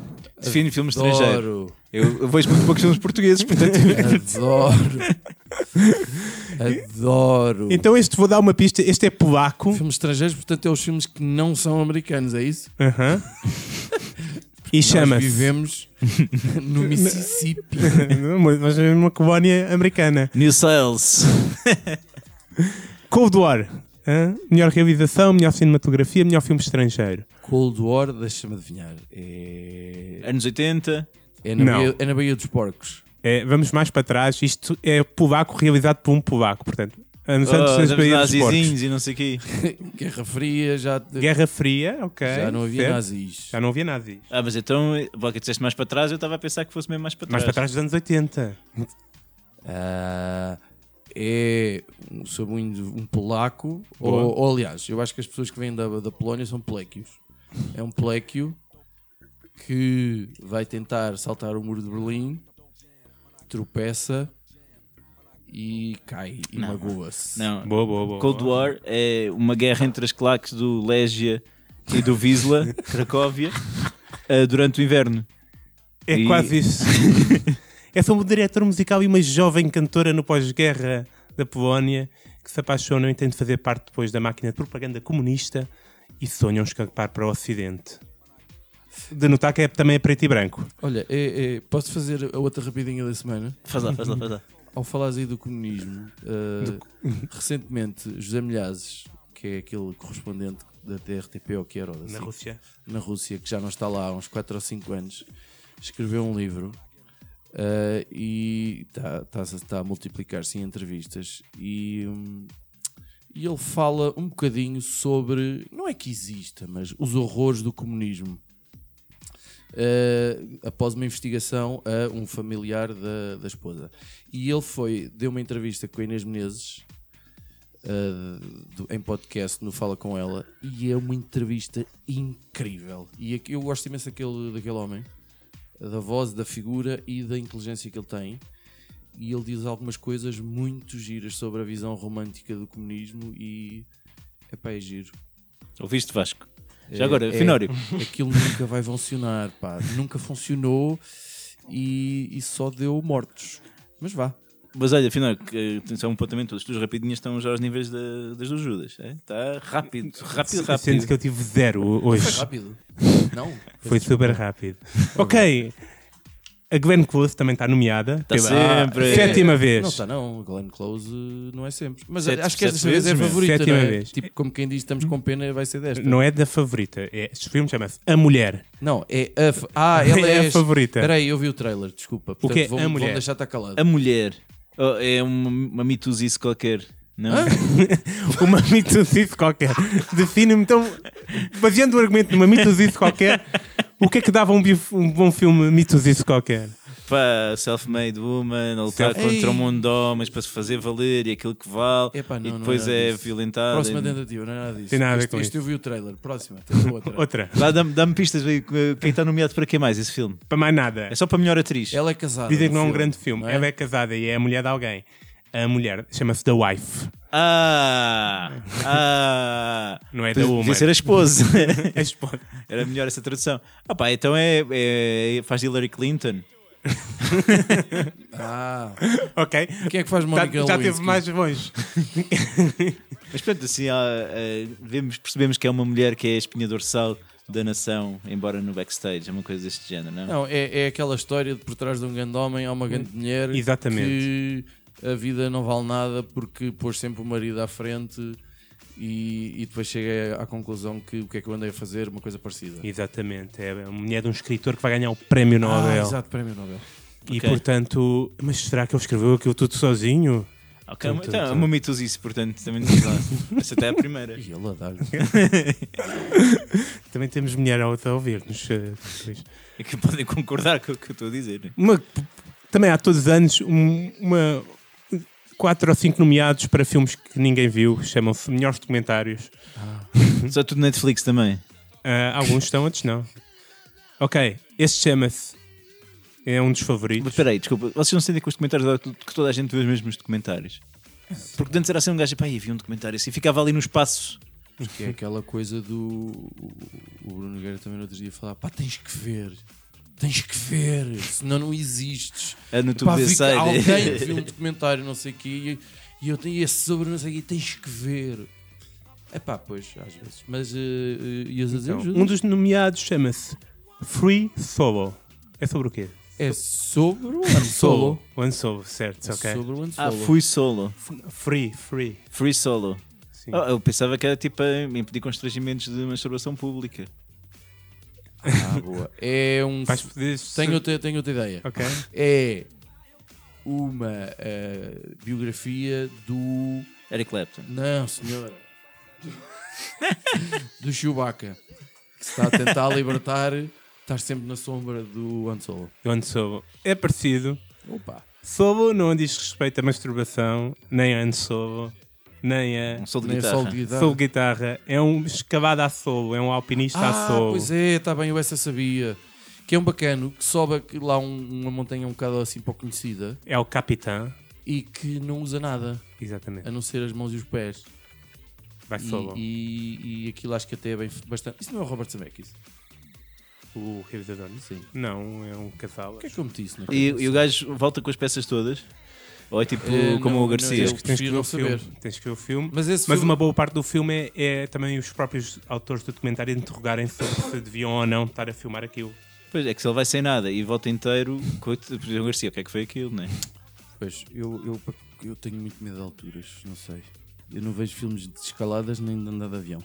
S4: Define filme estrangeiro.
S3: Adoro.
S4: Eu, eu vejo muito poucos filmes portugueses, portanto.
S3: Adoro. Adoro.
S2: Então este vou dar uma pista, este é polaco.
S3: Filmes estrangeiros, portanto, é os filmes que não são americanos, é isso?
S2: Aham. E
S3: Nós
S2: chama-se.
S3: vivemos no Mississippi.
S2: Uma- Mas é uma colónia americana.
S4: New Sales.
S2: Cold War. Hã? Melhor realização, melhor cinematografia, melhor filme estrangeiro.
S3: Cold War, deixa-me adivinhar. É.
S4: Anos 80.
S3: É na,
S2: Não.
S3: Baía, é na Baía dos Porcos.
S2: É, vamos mais para trás. Isto é polaco realizado por um polaco, portanto. Anos
S4: Oh,
S2: antes
S4: damos
S2: antes para ir dos porcos.
S4: nazizinhos e não sei o quê.
S3: Guerra Fria, já,
S2: Guerra Fria, ok.
S3: já não havia
S2: certo.
S3: nazis.
S2: Já não havia nazis.
S4: Ah, mas então, vá que disseste mais para trás, eu estava a pensar que fosse mesmo mais para
S2: Mais
S4: trás.
S2: para trás dos anos 80.
S3: Ah, é um sobrinho de um polaco,
S2: Boa.
S3: ou, ou, aliás, eu acho que as pessoas que vêm da, da Polónia são pléquios. É um pléquio que vai tentar saltar o muro de Berlim, tropeça e cai e magoa-se.
S4: Não,
S2: Boa, boa, boa.
S4: Cold
S2: boa.
S4: War é uma guerra entre as claques do Légia e do Wisla, Cracóvia, eh, durante o inverno.
S2: É
S4: E-
S2: quase isso. é sobre um diretor musical e uma jovem cantora no pós-guerra da Polónia que se apaixonam e tentam fazer parte depois da máquina de propaganda comunista e sonham escapar para o Ocidente. De notar que é também é preto e branco.
S3: Olha, é- é- posso fazer a outra rapidinha da semana?
S4: Faz lá, faz lá, faz lá.
S3: Ao falares aí do comunismo, ah, recentemente José Milhazes, que é aquele correspondente da TRTP ou que era, ou da
S2: Na
S3: SIC,
S2: Rússia.
S3: na Rússia, que já não está lá há uns 4 ou 5 anos, escreveu um livro eh, e está a multiplicar-se em entrevistas e, hum, e ele fala um bocadinho sobre, não é que exista, mas os horrores do comunismo. Eh, após uma investigação a um familiar da, da esposa. E ele foi, deu uma entrevista com a Inês Menezes uh, do- em podcast no Fala Com Ela e é uma entrevista incrível. E aqui- eu gosto imenso daquele, daquele homem, da voz, da figura e da inteligência que ele tem. E ele diz algumas coisas muito giras sobre a visão romântica do comunismo e epá, é giro.
S4: Ouviste Vasco? Já
S3: É-
S4: agora,
S3: é-
S4: Finório.
S3: Aquilo nunca vai funcionar, pá. Nunca funcionou e, e só deu mortos. Mas vá.
S4: Mas olha, Finório, que, eh, só um apontamento, as tuas rapidinhas estão já aos níveis da- das do Judas. é? Está rápido, rápido,
S2: Sendo
S4: rápido.
S2: que eu tive zero hoje.
S3: Rápido. Não.
S2: Foi super rápido. ok. A Glenn Close também está nomeada.
S4: Está sempre.
S2: Sétima vez.
S3: Tá Não tá. está, não. Glenn Close eh, não é sempre. Mas
S4: Sete-
S3: acho que esta
S4: sete
S3: vez é a
S4: vezes,
S2: mesmo.
S3: favorita.
S2: Sétima
S3: não é?
S2: vez.
S3: Tipo, como quem diz, estamos com pena, vai ser desta. Não,
S2: Não é da favorita. É, este filme chama-se A Mulher.
S3: é a. fa- Ah, ela
S2: É
S3: é,
S2: a favorita.
S3: Espera aí, eu vi o trailer, desculpa. Portanto,
S2: que é
S3: vão,
S2: a
S3: vão
S2: mulher?
S3: deixar estar calado.
S4: A mulher Oh, é uma, uma mituzice qualquer, não?
S2: Uma mitosice qualquer. Define-me então. Baseando o argumento numa mitosice qualquer, o que é que dava um, bif- um bom filme mitosice qualquer?
S4: Pá, self-made woman, a lutar
S2: Self-
S4: contra
S3: Ei.
S4: o mundo de homens para se fazer valer e aquilo que vale,
S3: Epá, não,
S4: e
S3: não
S4: depois
S3: era
S4: é
S3: disso.
S4: violentada.
S3: Próxima
S4: e-
S3: tentativa, não é nada disso.
S2: Tem nada a ver
S3: este,
S2: com
S3: este
S2: isso.
S3: eu vi o trailer. Próxima, tens outra.
S2: Outra.
S4: Lá, dá-me dá-me pistas, veio, que- quem está nomeado para quem mais esse filme?
S2: Para mais nada.
S4: É só para melhor atriz.
S3: Ela é casada.
S2: Dizem
S3: no
S2: que não é um
S3: filme,
S2: grande filme.
S3: não é?
S2: Ela é casada e é a mulher de alguém. A mulher chama-se The Wife.
S4: Ah! Ah!
S2: Não é da
S4: Podia-
S2: Woman.
S4: Podia ser a esposa.
S2: A esposa.
S4: Era melhor essa tradução. Ah pá, então é, é- faz Hillary Clinton.
S3: Ah,
S2: Ok.
S3: quem é que faz
S2: Já,
S3: Mónica
S2: já teve
S3: Lewinsky?
S2: mais longe.
S4: Mas pronto, assim, há, eh, vemos, percebemos que é uma mulher que é a espinha dorsal da nação, embora no backstage, é uma coisa deste género, não?
S3: Não, é, é aquela história de por trás de um grande homem há uma grande mulher
S2: Exatamente.
S3: que a vida não vale nada porque pôs sempre o marido à frente e, e depois chega à conclusão que o que é que eu andei a fazer, uma coisa parecida.
S2: Exatamente. É a mulher de um escritor que vai ganhar o prémio
S3: Ah,
S2: Nobel.
S3: exato, prémio Nobel.
S2: e
S4: Ok.
S2: portanto. Mas será que ele escreveu aquilo tudo sozinho?
S4: Ok,
S2: Tum, tum,
S4: então é
S2: tum.
S4: uma mitosice, portanto, também diz lá. Essa até é a primeira.
S3: E ele a dar
S2: Também temos mulher a a ouvir-nos. eh, pois.
S4: É que podem concordar com o que eu estou a dizer.
S2: Uma- também há todos os anos um- uma, quatro ou cinco nomeados para filmes que ninguém viu, chamam-se melhores documentários.
S4: Só tudo Netflix também.
S2: Ah, alguns estão, outros não. Ok, este chama-se. É um dos
S4: Mas
S2: favoritos.
S4: espera aí, desculpa, vocês não sentem que os documentários agora tu- que toda a gente vê os mesmos documentários? Porque antes era assim um gajo, pá, havia um documentário assim, ficava ali no espaço.
S3: que é aquela coisa do. o- O Bruno Nogueira também no outro dia falar: pá, tens que ver. Tens que ver, senão não existes.
S4: É no
S3: Pá,
S4: tubo
S3: vi
S4: desse
S3: que alguém
S4: site.
S3: viu um documentário, não sei o quê, e- e eu tenho esse sobre, não sei o quê, tens que ver. É pá, pois, às vezes. Mas, eh, eh, e as
S2: Então,
S3: então,
S2: um dos nomeados chama-se Free Solo. É sobre o quê?
S3: É sobre o Han Solo.
S2: One Solo, certo,
S3: É
S2: ok.
S3: sobre o Han
S4: Ah,
S3: Solo.
S4: fui solo.
S2: Free, free.
S4: Free solo.
S2: Sim.
S4: Ah, eu pensava que era tipo a impedir constrangimentos de masturbação pública.
S3: Ah, boa. É um.
S2: Vais poder.
S3: Tenho outra, tenho outra ideia.
S2: Ok.
S3: É uma eh, biografia do
S4: Eric Clapton.
S3: Não, senhora. do Chewbacca, que se está a tentar libertar, estás sempre na sombra do Han Solo.
S2: Han Solo é parecido.
S3: Opa.
S2: Solo não diz respeito à masturbação, nem a Han Solo, nem a
S4: Um solo de
S3: Nem
S4: guitarra.
S3: é solo de guitarra.
S2: Solo Guitarra. É um escavado à Solo, é um alpinista
S3: ah,
S2: à Solo.
S3: pois é, está bem, eu essa sabia. Que é um bacano que sobe aqui lá um- uma montanha um bocado assim pouco conhecida
S2: É o capitão.
S3: e que não usa nada, a
S2: Exatamente.
S3: não ser as mãos e os pés.
S2: Vai
S3: E,
S2: Solo.
S3: e, e aquilo acho que até é bem bastante. Isso não é o Robert Zemeckis.
S2: O Rio da Dona?
S3: Sim.
S2: Não, é um casal.
S3: O que é que eu meti isso na
S4: E,
S3: cabeça?
S4: e o gajo volta com as peças todas? Ou é tipo
S3: Eh,
S4: como
S3: não,
S4: o
S3: não,
S4: Garcia?
S3: eu-
S2: Tens que ver
S3: Prefiro
S2: o filme.
S3: não
S2: Tens que ver o filme.
S3: Mas esse
S2: Mas
S3: filme-
S2: uma boa parte do filme é, é também os próprios autores do documentário interrogarem sobre se deviam ou não estar a filmar aquilo.
S4: Pois é que se ele vai sem nada e volta inteiro, coito, por exemplo, o Garcia, o que é que foi aquilo, né?
S3: Pois, eu, eu, eu tenho muito medo de alturas, não sei. Eu não vejo filmes de escaladas nem de andar de avião.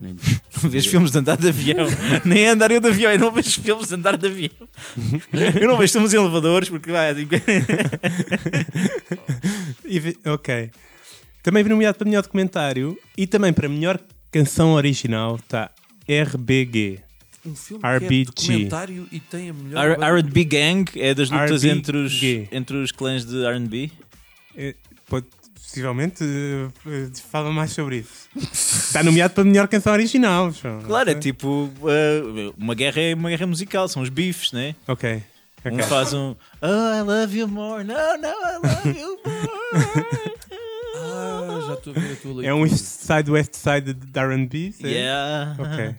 S3: Nem de-
S4: Não vejo filmes de andar de avião, nem é andar eu de avião, eu não vejo filmes de andar de avião. Eu não vejo filmes em elevadores, porque vai assim,
S2: E vi- ok. Também nomeado para melhor documentário e também para melhor canção original tá, está RBG.
S3: Um filme
S2: RBG.
S3: que é documentário e tem a melhor...
S4: R-
S3: banda-
S4: R&B Gang é das lutas
S2: R&B
S4: entre os,
S2: Gang.
S4: entre os clãs de R&B.
S2: Eh, Pode, possivelmente eh, eh, fala mais sobre isso. Está Tá nomeado para melhor canção original. João.
S4: Claro, é tipo uh, uma guerra é uma guerra musical, são os bifes, né?
S2: Ok.
S4: Um
S2: Ok.
S4: faz um Oh, I love you more, no, no, I love you more.
S3: Ah, já estou a ver a tua leitura.
S2: É um East Side West Side de R&B? sim?
S4: yeah.
S2: Ok.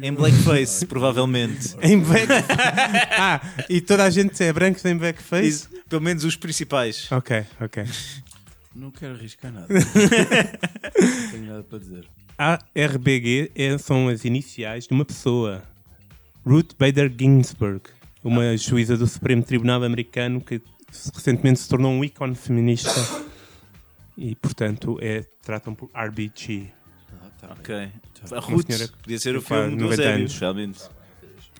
S4: Em blackface, provavelmente.
S2: Em black... ah, e toda a gente é Ah. branco em blackface?
S4: Isso, Pelo menos os principais.
S2: Ok, ok.
S3: Não quero arriscar nada. não tenho nada para dizer.
S2: ARBG é- são as iniciais de uma pessoa. Ruth Bader Ginsburg, uma juíza do Supremo Tribunal Americano que recentemente se tornou um ícone feminista e, portanto, é, tratam por RBG.
S3: Ah, tá bem.
S2: Um
S4: Ok. A
S2: Uma
S4: Ruth
S2: senhora-
S4: podia ser o
S2: Claro,
S4: filme do
S2: 90
S4: Eusébio,
S2: anos.
S4: realmente.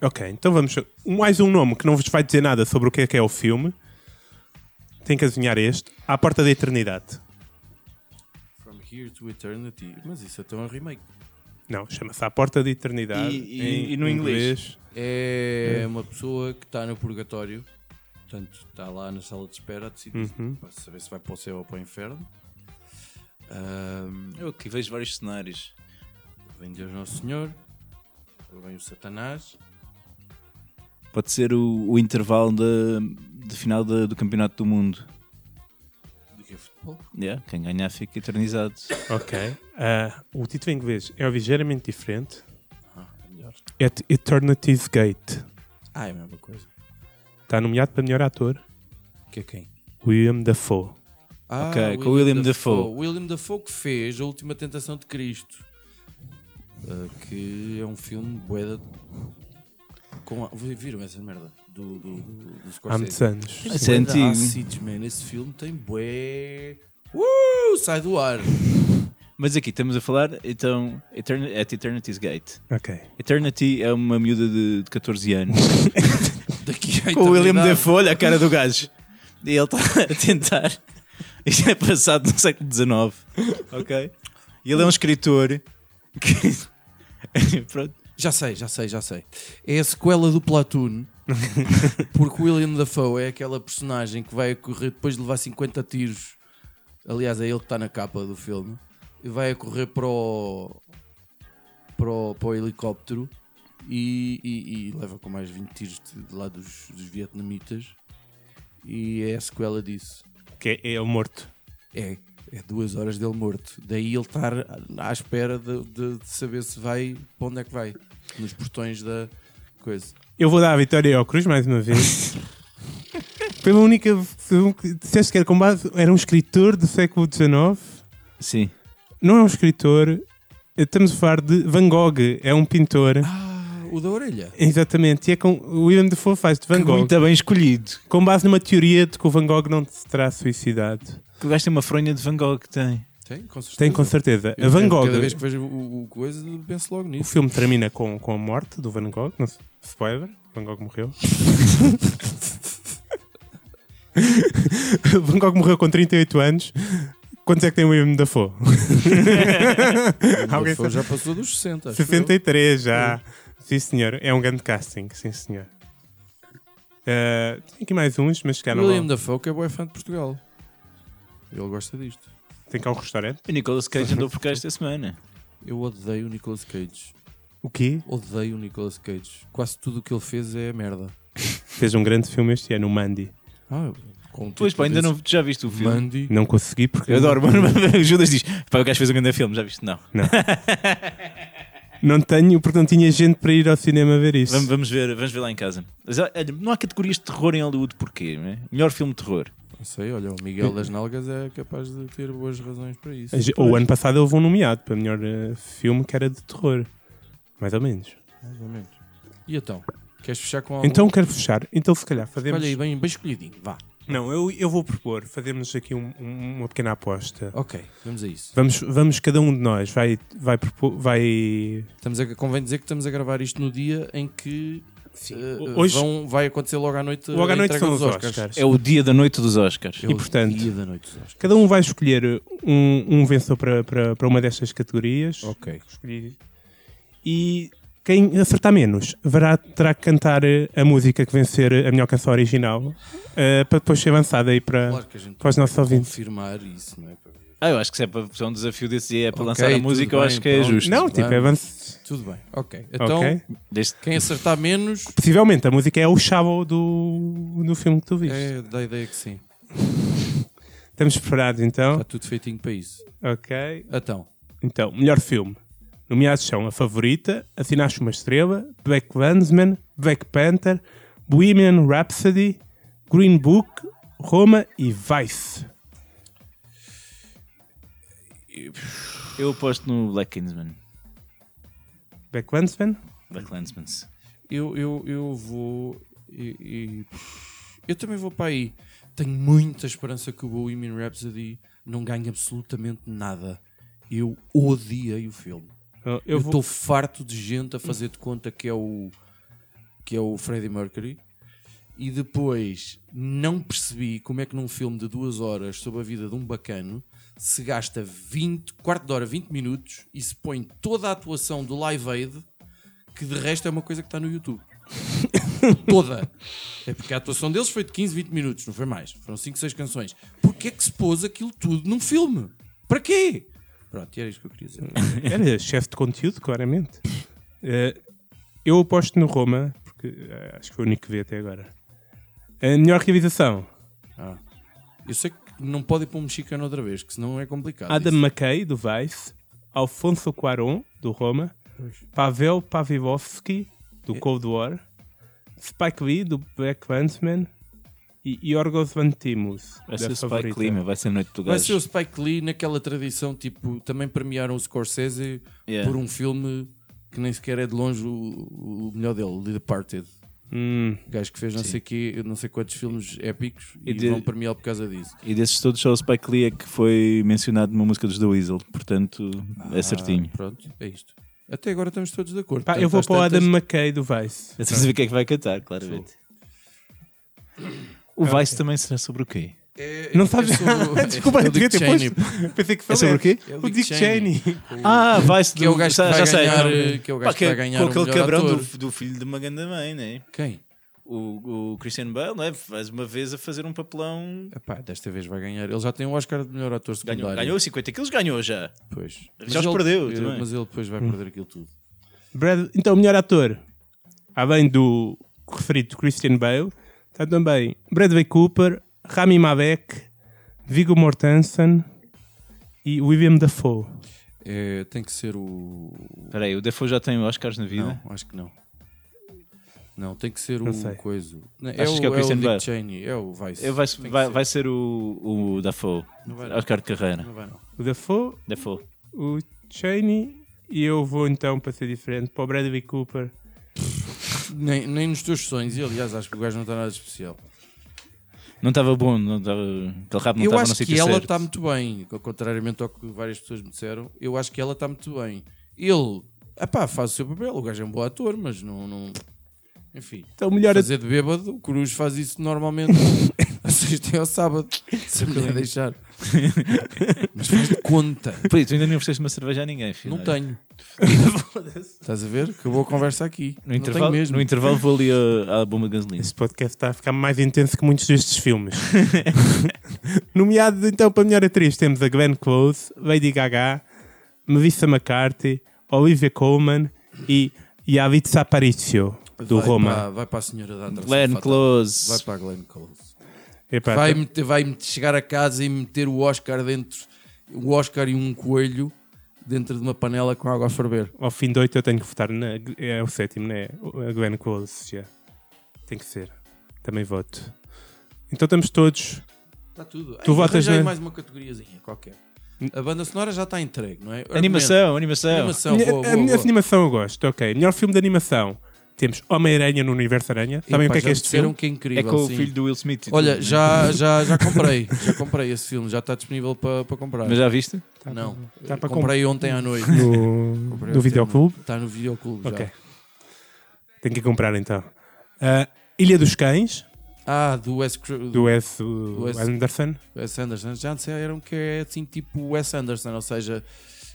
S2: Ok, então vamos. Mais um nome que não vos vai dizer nada sobre o que é que é o filme. Tem que adivinhar este. À Porta da Eternidade.
S3: From Here to Eternity. Mas isso então é um remake.
S2: Não, chama-se À Porta da Eternidade.
S4: E- e- e no inglês?
S3: É uma pessoa que está no purgatório. Portanto, está lá na sala de espera a decidir para saber se vai para o céu ou para o inferno. Ahm,
S4: Eu aqui vejo vários cenários.
S3: Vem Deus Nosso Senhor, ou vem o Satanás.
S4: Pode ser o, o intervalo de, de final da- do Campeonato do Mundo.
S3: Do que é futebol?
S4: Yeah, quem ganhar fica eternizado.
S2: Ok. Ah, o título em inglês é ligeiramente diferente.
S3: Ah, é melhor.
S2: At Eternity's Gate.
S3: Ah, é a mesma coisa.
S2: Está nomeado para melhor ator.
S3: Que é quem?
S2: William Dafoe.
S3: Ah,
S4: Ok, com o William Dafoe.
S3: William Dafoe que fez A Última Tentação de Cristo. Ah, que é um filme boeda. Com a- Viram essa merda? Do, do, do, do
S2: Há muitos
S3: Scorsese.
S2: anos.
S3: Tem
S4: Ah, Isso é
S3: bué de
S4: antigo.
S3: ácidos, man. Esse filme tem bué. Uh, sai do ar.
S4: Mas aqui estamos a falar, então, Etern at Eternity's Gate.
S2: Ok.
S4: Eternity é uma miúda de, de 14 anos.
S3: Daqui a
S4: Com o William
S3: eternidade.
S4: Dafoe, olha a cara do gajo. E ele está a tentar. Isto é passado no século XIX. Ok? E ele é um escritor que. Pronto.
S3: Já sei, já sei, já sei. É a sequela do Platoon. porque o William Dafoe é aquela personagem que vai correr depois de levar 50 tiros. Aliás, é ele que está na capa do filme. E vai a correr para o, para o, para o helicóptero e, e- e leva com mais 20 tiros de, de lá dos, dos vietnamitas. E é a sequela disso.
S2: Que é, é o morto.
S3: É, é duas horas dele morto. Daí ele estar à espera de, de- de saber se vai para onde é que vai. Nos portões da coisa.
S2: Eu vou dar a vitória ao Cruz mais uma vez. Pela única. que Disseste que era com base. Era um escritor do século XIX.
S4: Sim.
S2: Não é um escritor. Estamos a falar de Van Gogh. É um pintor.
S3: Ah, o da orelha.
S2: Exatamente. E é com. O William Dafoe faz de Van Gogh.
S4: Muito bem escolhido.
S2: Com base numa teoria de que o Van Gogh não se terá suicidado.
S4: Que o gajo tem uma fronha de Van Gogh que tem.
S3: Tem, com certeza.
S2: Tem com certeza. A
S3: Eu,
S2: Van
S3: eu,
S2: Gogh.
S3: Cada vez que vejo o, o coisa, penso logo
S2: O
S3: nisso.
S2: filme termina com, com a morte do Van Gogh. Não sei, spoiler, Van Gogh morreu. Van Gogh morreu com 38 anos. Quantos é que tem o William Dafoe? Alguém
S3: Dafoe
S2: sabe?
S3: já passou dos 60. acho eu.
S2: 63 já. Sim, senhor. É um grande casting, sim, senhor. Ah, tem aqui mais uns, mas chegaram
S3: William
S2: lá.
S3: Dafoe que é boy fã de Portugal. Ele gosta disto.
S2: Tem cá um restaurante.
S4: O Nicolas Cage andou por cá esta semana.
S3: Eu odeio o Nicolas Cage.
S2: O quê?
S3: Odeio o Nicolas Cage. Quase tudo o que ele fez é merda.
S2: Fez um grande filme este ano, o Mandy.
S3: Ah, eu- com um
S4: Pois
S3: título
S4: pá, ainda
S3: desse,
S4: não. Já viste o filme?
S3: Mandy.
S2: Não consegui porque.
S4: Tipo Eu adoro, mano. O Judas diz: pá, o gajo fez um grande filme, já viste? Não.
S2: Não tenho, porque não tinha gente para ir ao cinema ver isso.
S4: Vamos, vamos ver, vamos ver lá em casa. Mas, olha, não há categorias de terror em Hollywood, porquê? não é? Melhor filme de terror.
S3: Não sei, olha, o Miguel das Nalgas é capaz de ter boas razões para isso.
S2: A ge- O ano passado houve um nomeado para melhor eh, filme que era de terror. Mais ou menos.
S3: Mais ou menos. E então? Queres fechar com algo?
S2: Então quero fechar. Então se calhar fazemos.
S3: Olha aí, bem, bem escolhidinho. Vá.
S2: Não, eu, eu vou propor fazermos aqui um- um- uma pequena aposta.
S3: Ok, vamos a isso.
S2: Vamos, vamos, cada um de nós vai, vai, propor, vai
S3: Estamos a, convém dizer que estamos a gravar isto no dia em que eh,
S2: O- hoje-
S3: vão- vai acontecer logo à noite
S2: Logo
S3: a
S2: à noite
S3: entrega
S2: são
S3: dos
S2: os Oscars.
S4: É o dia da noite dos Oscars.
S3: É o
S2: portanto-
S3: dia da noite dos Oscars.
S2: Cada um vai escolher um, um vencedor para, para, para uma destas categorias.
S3: Ok.
S2: Escolhi. E quem acertar menos verá, terá que cantar eh, a música que vencer a melhor canção original eh, para depois ser avançada aí para,
S3: Claro que a gente
S2: para os nossos ouvintes.
S3: confirmar isso, não é?
S4: Ah, eu acho que se é para se é um desafio desse dia é para
S3: Ok,
S4: lançar a
S3: tudo
S4: música, eu
S3: bem,
S4: acho que é
S3: pronto.
S4: justo.
S2: Não, tipo,
S3: bem.
S2: avance.
S3: Tudo bem, ok. Então,
S2: Ok.
S4: Desde-
S3: quem acertar menos,
S2: Possivelmente a música é o Chavo do, do filme que tu viste.
S3: é da ideia que sim.
S2: Estamos preparados então?
S3: Está tudo feitinho para isso.
S2: Ok.
S3: Então,
S2: Então, melhor filme. Nomeados são A Favorita, Assinaste uma Estrela, Black Landsman, Black Panther, Bohemian Rhapsody, Green Book, Roma e Vice.
S4: Eu aposto no Black Kingsman.
S2: Black Landsman?
S4: Black Landsman.
S3: eu, eu, eu vou. E, e- eu também vou para aí. Tenho muita esperança que o Bohemian Rhapsody não ganhe absolutamente nada. Eu odiei o filme.
S2: Eu,
S3: Eu
S2: vou-
S3: estou farto de gente a fazer de conta que é o que é o Freddie Mercury e depois não percebi como é que num filme de duas horas sobre a vida de um bacano se gasta 20, quarto de hora, 20 minutos e se põe toda a atuação do Live Aid que de resto é uma coisa que está no YouTube. toda. É porque a atuação deles foi de 15, 20 minutos, não foi mais. Foram 5, 6 canções. Porquê que se pôs aquilo tudo num filme? Para quê? Pronto, e era isto que eu queria dizer.
S2: Era excesso de conteúdo, claramente. Eh, eu aposto no Roma, porque eh, acho que foi o único que vi até agora. A melhor realização.
S3: Eu sei que não pode ir para um mexicano outra vez, que senão é complicado.
S2: Adam
S3: isso.
S2: McKay, do Vice, Alfonso Cuarón, do Roma, Pavel Pavlovsky, do Cold War, Spike Lee, do Black Huntsman e Yorgos Lanthimos,
S4: Vai
S2: da
S4: ser o Spike
S2: Favorita.
S4: Lee, meu, vai ser a noite do
S3: Vai ser o
S4: gajo.
S3: Spike Lee naquela tradição, tipo, também premiaram o Scorsese
S4: Yeah.
S3: por um filme que nem sequer é de longe o, o melhor dele, The Departed.
S2: Hum,
S3: O gajo que fez não sei, quê, não sei quantos filmes épicos e,
S4: E de-
S3: vão premiá-lo por causa disso.
S4: E desses todos, só o Spike Lee é que foi mencionado numa música dos The Weasel, portanto é certinho.
S3: Ah, pronto, é isto. Até agora estamos todos de acordo.
S2: pá,
S3: Portanto,
S2: eu vou
S3: às
S2: para o Adam
S3: tantas-
S2: McKay, do Vice.
S4: Já estamos a ver quem é que vai cantar, claramente. O Vice também será sobre o quê?
S3: É-
S2: Não
S3: é
S2: sabes?
S3: sobre-
S2: Desculpa,
S3: é
S2: eu
S3: o
S2: devia
S3: Dick
S2: ter
S3: Cheney.
S2: posto. Pensei que
S4: É
S2: falei.
S4: sobre o quê?
S3: É
S2: O Dick Cheney.
S4: Ah, Vice
S3: Que é o gajo que
S4: já,
S3: vai
S4: já sei.
S3: ganhar, eh, que é o gajo que vai ganhar o
S4: Com aquele
S3: melhor
S4: cabrão do,
S3: ator.
S4: do filho de uma grande mãe, né?
S3: Quem?
S4: O, o Christian Bale, não é? Mais uma vez a fazer um papelão.
S3: Epá, desta vez vai ganhar. Ele já tem o Oscar de melhor ator secundário.
S4: Ganhou, ganhou 50 quilos, ganhou já.
S3: Pois.
S4: Já os perdeu
S3: ele-
S4: também.
S3: Mas ele depois vai perder aquilo tudo.
S2: Brad- então, melhor ator. Além do referido Christian Bale, está também Bradley Cooper, Rami Malek, Viggo Mortensen e William Dafoe.
S3: É, tem que ser o.
S4: Espera aí, o Defoe já tem Oscars na vida?
S3: Não, acho que não. Não, tem que ser o
S2: sei.
S3: coisa. Não,
S4: Achas que é o Christian
S3: Dick
S4: Bale?
S3: Cheney, é o Vice.
S4: Eu vai,
S3: Tem que
S4: vai,
S3: ser.
S4: vai ser o, o Dafoe.
S3: Não vai, não.
S4: Oscar de carreira.
S3: Não vai, não.
S2: O Dafoe,
S4: Dafoe.
S2: o Cheney e eu vou então, para ser diferente, para o Bradley Cooper.
S3: Nem, nem nos teus sonhos, e aliás, acho que o gajo não está nada de especial.
S4: Não estava bom, não estava. Aquele rabo não
S3: eu
S4: estava no
S3: acho
S4: sítio
S3: que ela
S4: certo.
S3: está muito bem, co- contrariamente ao que várias pessoas me disseram, eu acho que ela está muito bem. Ele, epá, faz o seu papel, o gajo é um bom ator, mas não. não... Enfim,
S2: Então, melhor ator.
S3: fazer de bêbado, o Cruz faz isso normalmente a sexta e ao sábado, se me deixar. Mas faz de conta.
S4: Peraí, tu ainda não ofereceste uma cerveja a ninguém, filho.
S3: tá- Não é? tenho. Estás a ver? Acabou a conversa aqui. não
S4: No
S3: tenho
S4: intervalo,
S3: mesmo.
S4: no intervalo vou ali à, à bomba de gasolina.
S2: Esse podcast está a ficar mais intenso que muitos destes filmes. Nomeado então para melhor atriz temos a Glenn Close, Lady Gaga, Melissa McCarthy, Olivia Colman e Yalitza Aparicio, do
S3: vai
S2: Roma.
S3: Para, vai para a senhora da atração
S4: Glenn
S3: é fatal.
S4: Close.
S3: Vai para a Glenn Close.
S2: Epá,
S3: Vai, meter- vai meter- chegar a casa e meter o Oscar dentro. O Oscar e um coelho dentro de uma panela com água a ferver.
S2: Ao fim de oito eu tenho que votar na... É o sétimo, não é? A Glenn Close, já. Tem que ser. Também voto. Então estamos todos...
S3: Está Tá tudo.
S2: Tu
S3: Ai,
S2: votas
S3: arranjei
S2: na-
S3: mais uma categoriazinha qualquer. A banda sonora já está entregue, não é?
S4: Animação, animação.
S3: Argumento. Animação,
S2: Minha-
S3: boa,
S2: a
S3: boa,
S2: minha
S3: boa.
S2: animação eu gosto, ok. Melhor filme de animação. Temos Homem-Aranha no Universo Aranha. Sabem o
S3: Epá,
S2: que é que
S3: já
S2: é este
S3: disseram
S2: filme?
S3: que é incrível.
S4: É com o
S3: sim.
S4: filho do Will Smith. e
S3: Olha,
S4: tudo, né?
S3: já, já, já comprei. Já comprei esse filme. Já está disponível para para comprar.
S4: Mas já viste?
S3: Não.
S2: Dá para
S3: comprei ontem à noite.
S2: no,
S3: Comprei
S2: no
S3: ontem.
S2: videoclube.
S3: Está no videoclube já.
S2: Ok. Tenho que comprar então. Ah, Ilha dos Cães,
S3: Ah, do Wes, Cru-
S2: do S.
S3: S.
S2: Anderson.
S3: Wes Anderson. Já disseram que é assim tipo Wes Anderson, ou seja,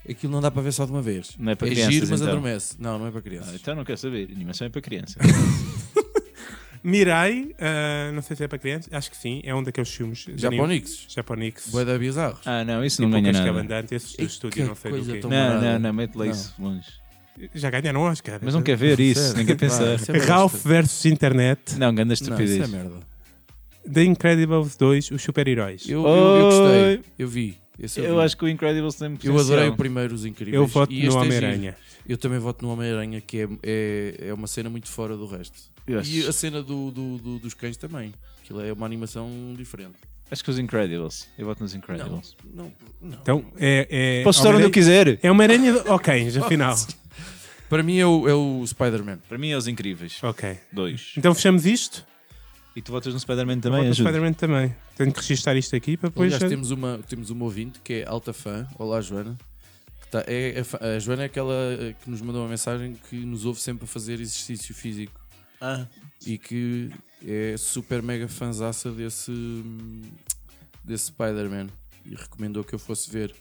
S3: aquilo não dá para ver só de uma vez.
S4: Não é para
S3: é
S4: crianças,
S3: giro, mas
S4: então.
S3: adormece. Não, não é para crianças.
S4: Então não quero saber. Animação é para criança.
S2: Mirai, ah, não sei se é para crianças, acho que sim, é um daqueles filmes. de anime.
S3: Japonix.
S2: Japonix.
S3: Bué da bizarro.
S4: ah, não, isso
S2: Tipo
S4: não
S2: o
S4: ganha
S2: Cascabel
S4: nada.
S2: Andante, esses do
S3: Ei,
S2: estúdio,
S3: que
S2: não sei
S3: coisa
S2: do quê.
S3: tão-
S4: Não,
S3: Camarada.
S4: não, não, mete lá
S3: Não.
S4: isso longe.
S2: Já ganharam Oscar.
S4: Mas não quer ver isso,
S3: Sério,
S4: nem quer
S3: pá,
S4: pensar.
S3: isso é merda.
S2: Ralph versus Internet,
S4: Não, grande
S3: Não, isso é
S4: estupidez.
S3: merda.
S2: The Incredibles 2, Os Super-Heróis.
S3: Eu, eu, eu
S4: Oi.
S3: gostei. Eu vi. Esse eu,
S4: Eu
S3: vi.
S4: acho que o Incredibles tem
S3: eu adorei o
S4: potencial.
S3: primeiro Os Incríveis.
S2: Eu voto
S3: E este
S2: no
S3: é
S2: Homem-Aranha.
S3: giro. Eu também voto no Homem-Aranha, que é, é, é uma cena muito fora do resto.
S4: Eu acho-
S3: E a cena do, do- do- dos cães também. Aquilo é uma animação diferente.
S4: Acho que os Incredibles. Eu voto nos
S3: Não,
S4: Incredibles.
S3: não, não.
S2: Então, é. é
S4: Posso estar onde eu
S2: Homem-Aranha-
S4: quiser.
S2: É Homem-Aranha. de- Ok, afinal.
S3: Para mim é o, é o Spider-Man.
S4: Para mim é os Incríveis.
S2: Ok.
S4: Dois.
S2: Então fechamos isto.
S4: E tu votas no Spider-Man
S2: Vou
S4: também,
S2: para o
S4: ajuda.
S2: Spider-Man também. Tenho que registrar isto aqui para depois.
S3: Aliás, temos uma, temos uma ouvinte que é alta fã. Olá, Joana. Que tá- é, a, fã- a Joana é aquela eh, que nos mandou uma mensagem que nos ouve sempre a fazer exercício físico
S4: Ah,
S3: e que é super mega fanzaça desse, desse Spider-Man e recomendou que eu fosse ver.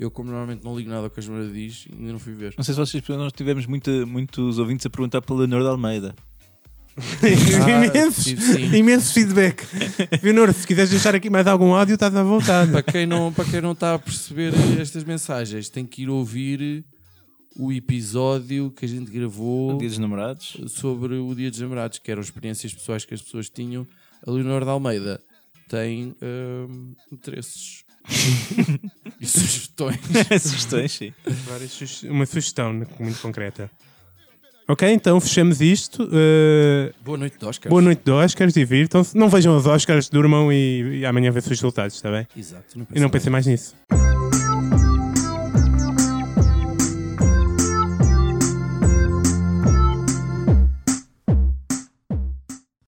S3: Eu, como normalmente não ligo nada ao que a Joana diz, ainda não fui ver.
S4: não sei se vocês nós tivemos muita- muitos ouvintes a perguntar pelo Leonor de Almeida.
S3: Ah,
S2: imenso,
S3: sim, sim.
S2: imenso feedback. Leonor, se quiseres deixar aqui mais algum áudio, estás à vontade.
S3: para quem não para quem não está a perceber estas mensagens tem que ir ouvir o episódio que a gente gravou
S4: Dia dos Namorados.
S3: sobre o dia dos namorados que eram experiências pessoais que as pessoas tinham a Leonor de Almeida tem hum, interesses e sugestões
S4: Sugestões, sim.
S2: Várias suge- Uma sugestão né, muito concreta. Ok, então fechamos isto. Uh,
S3: boa noite de Oscar
S2: boa noite de Oscars, divirtam-se. Não vejam os Oscars, durmam e, e amanhã vê-se os resultados, está bem?
S3: exato não
S2: E não
S3: pensei
S2: pensem mais nisso.
S3: mais.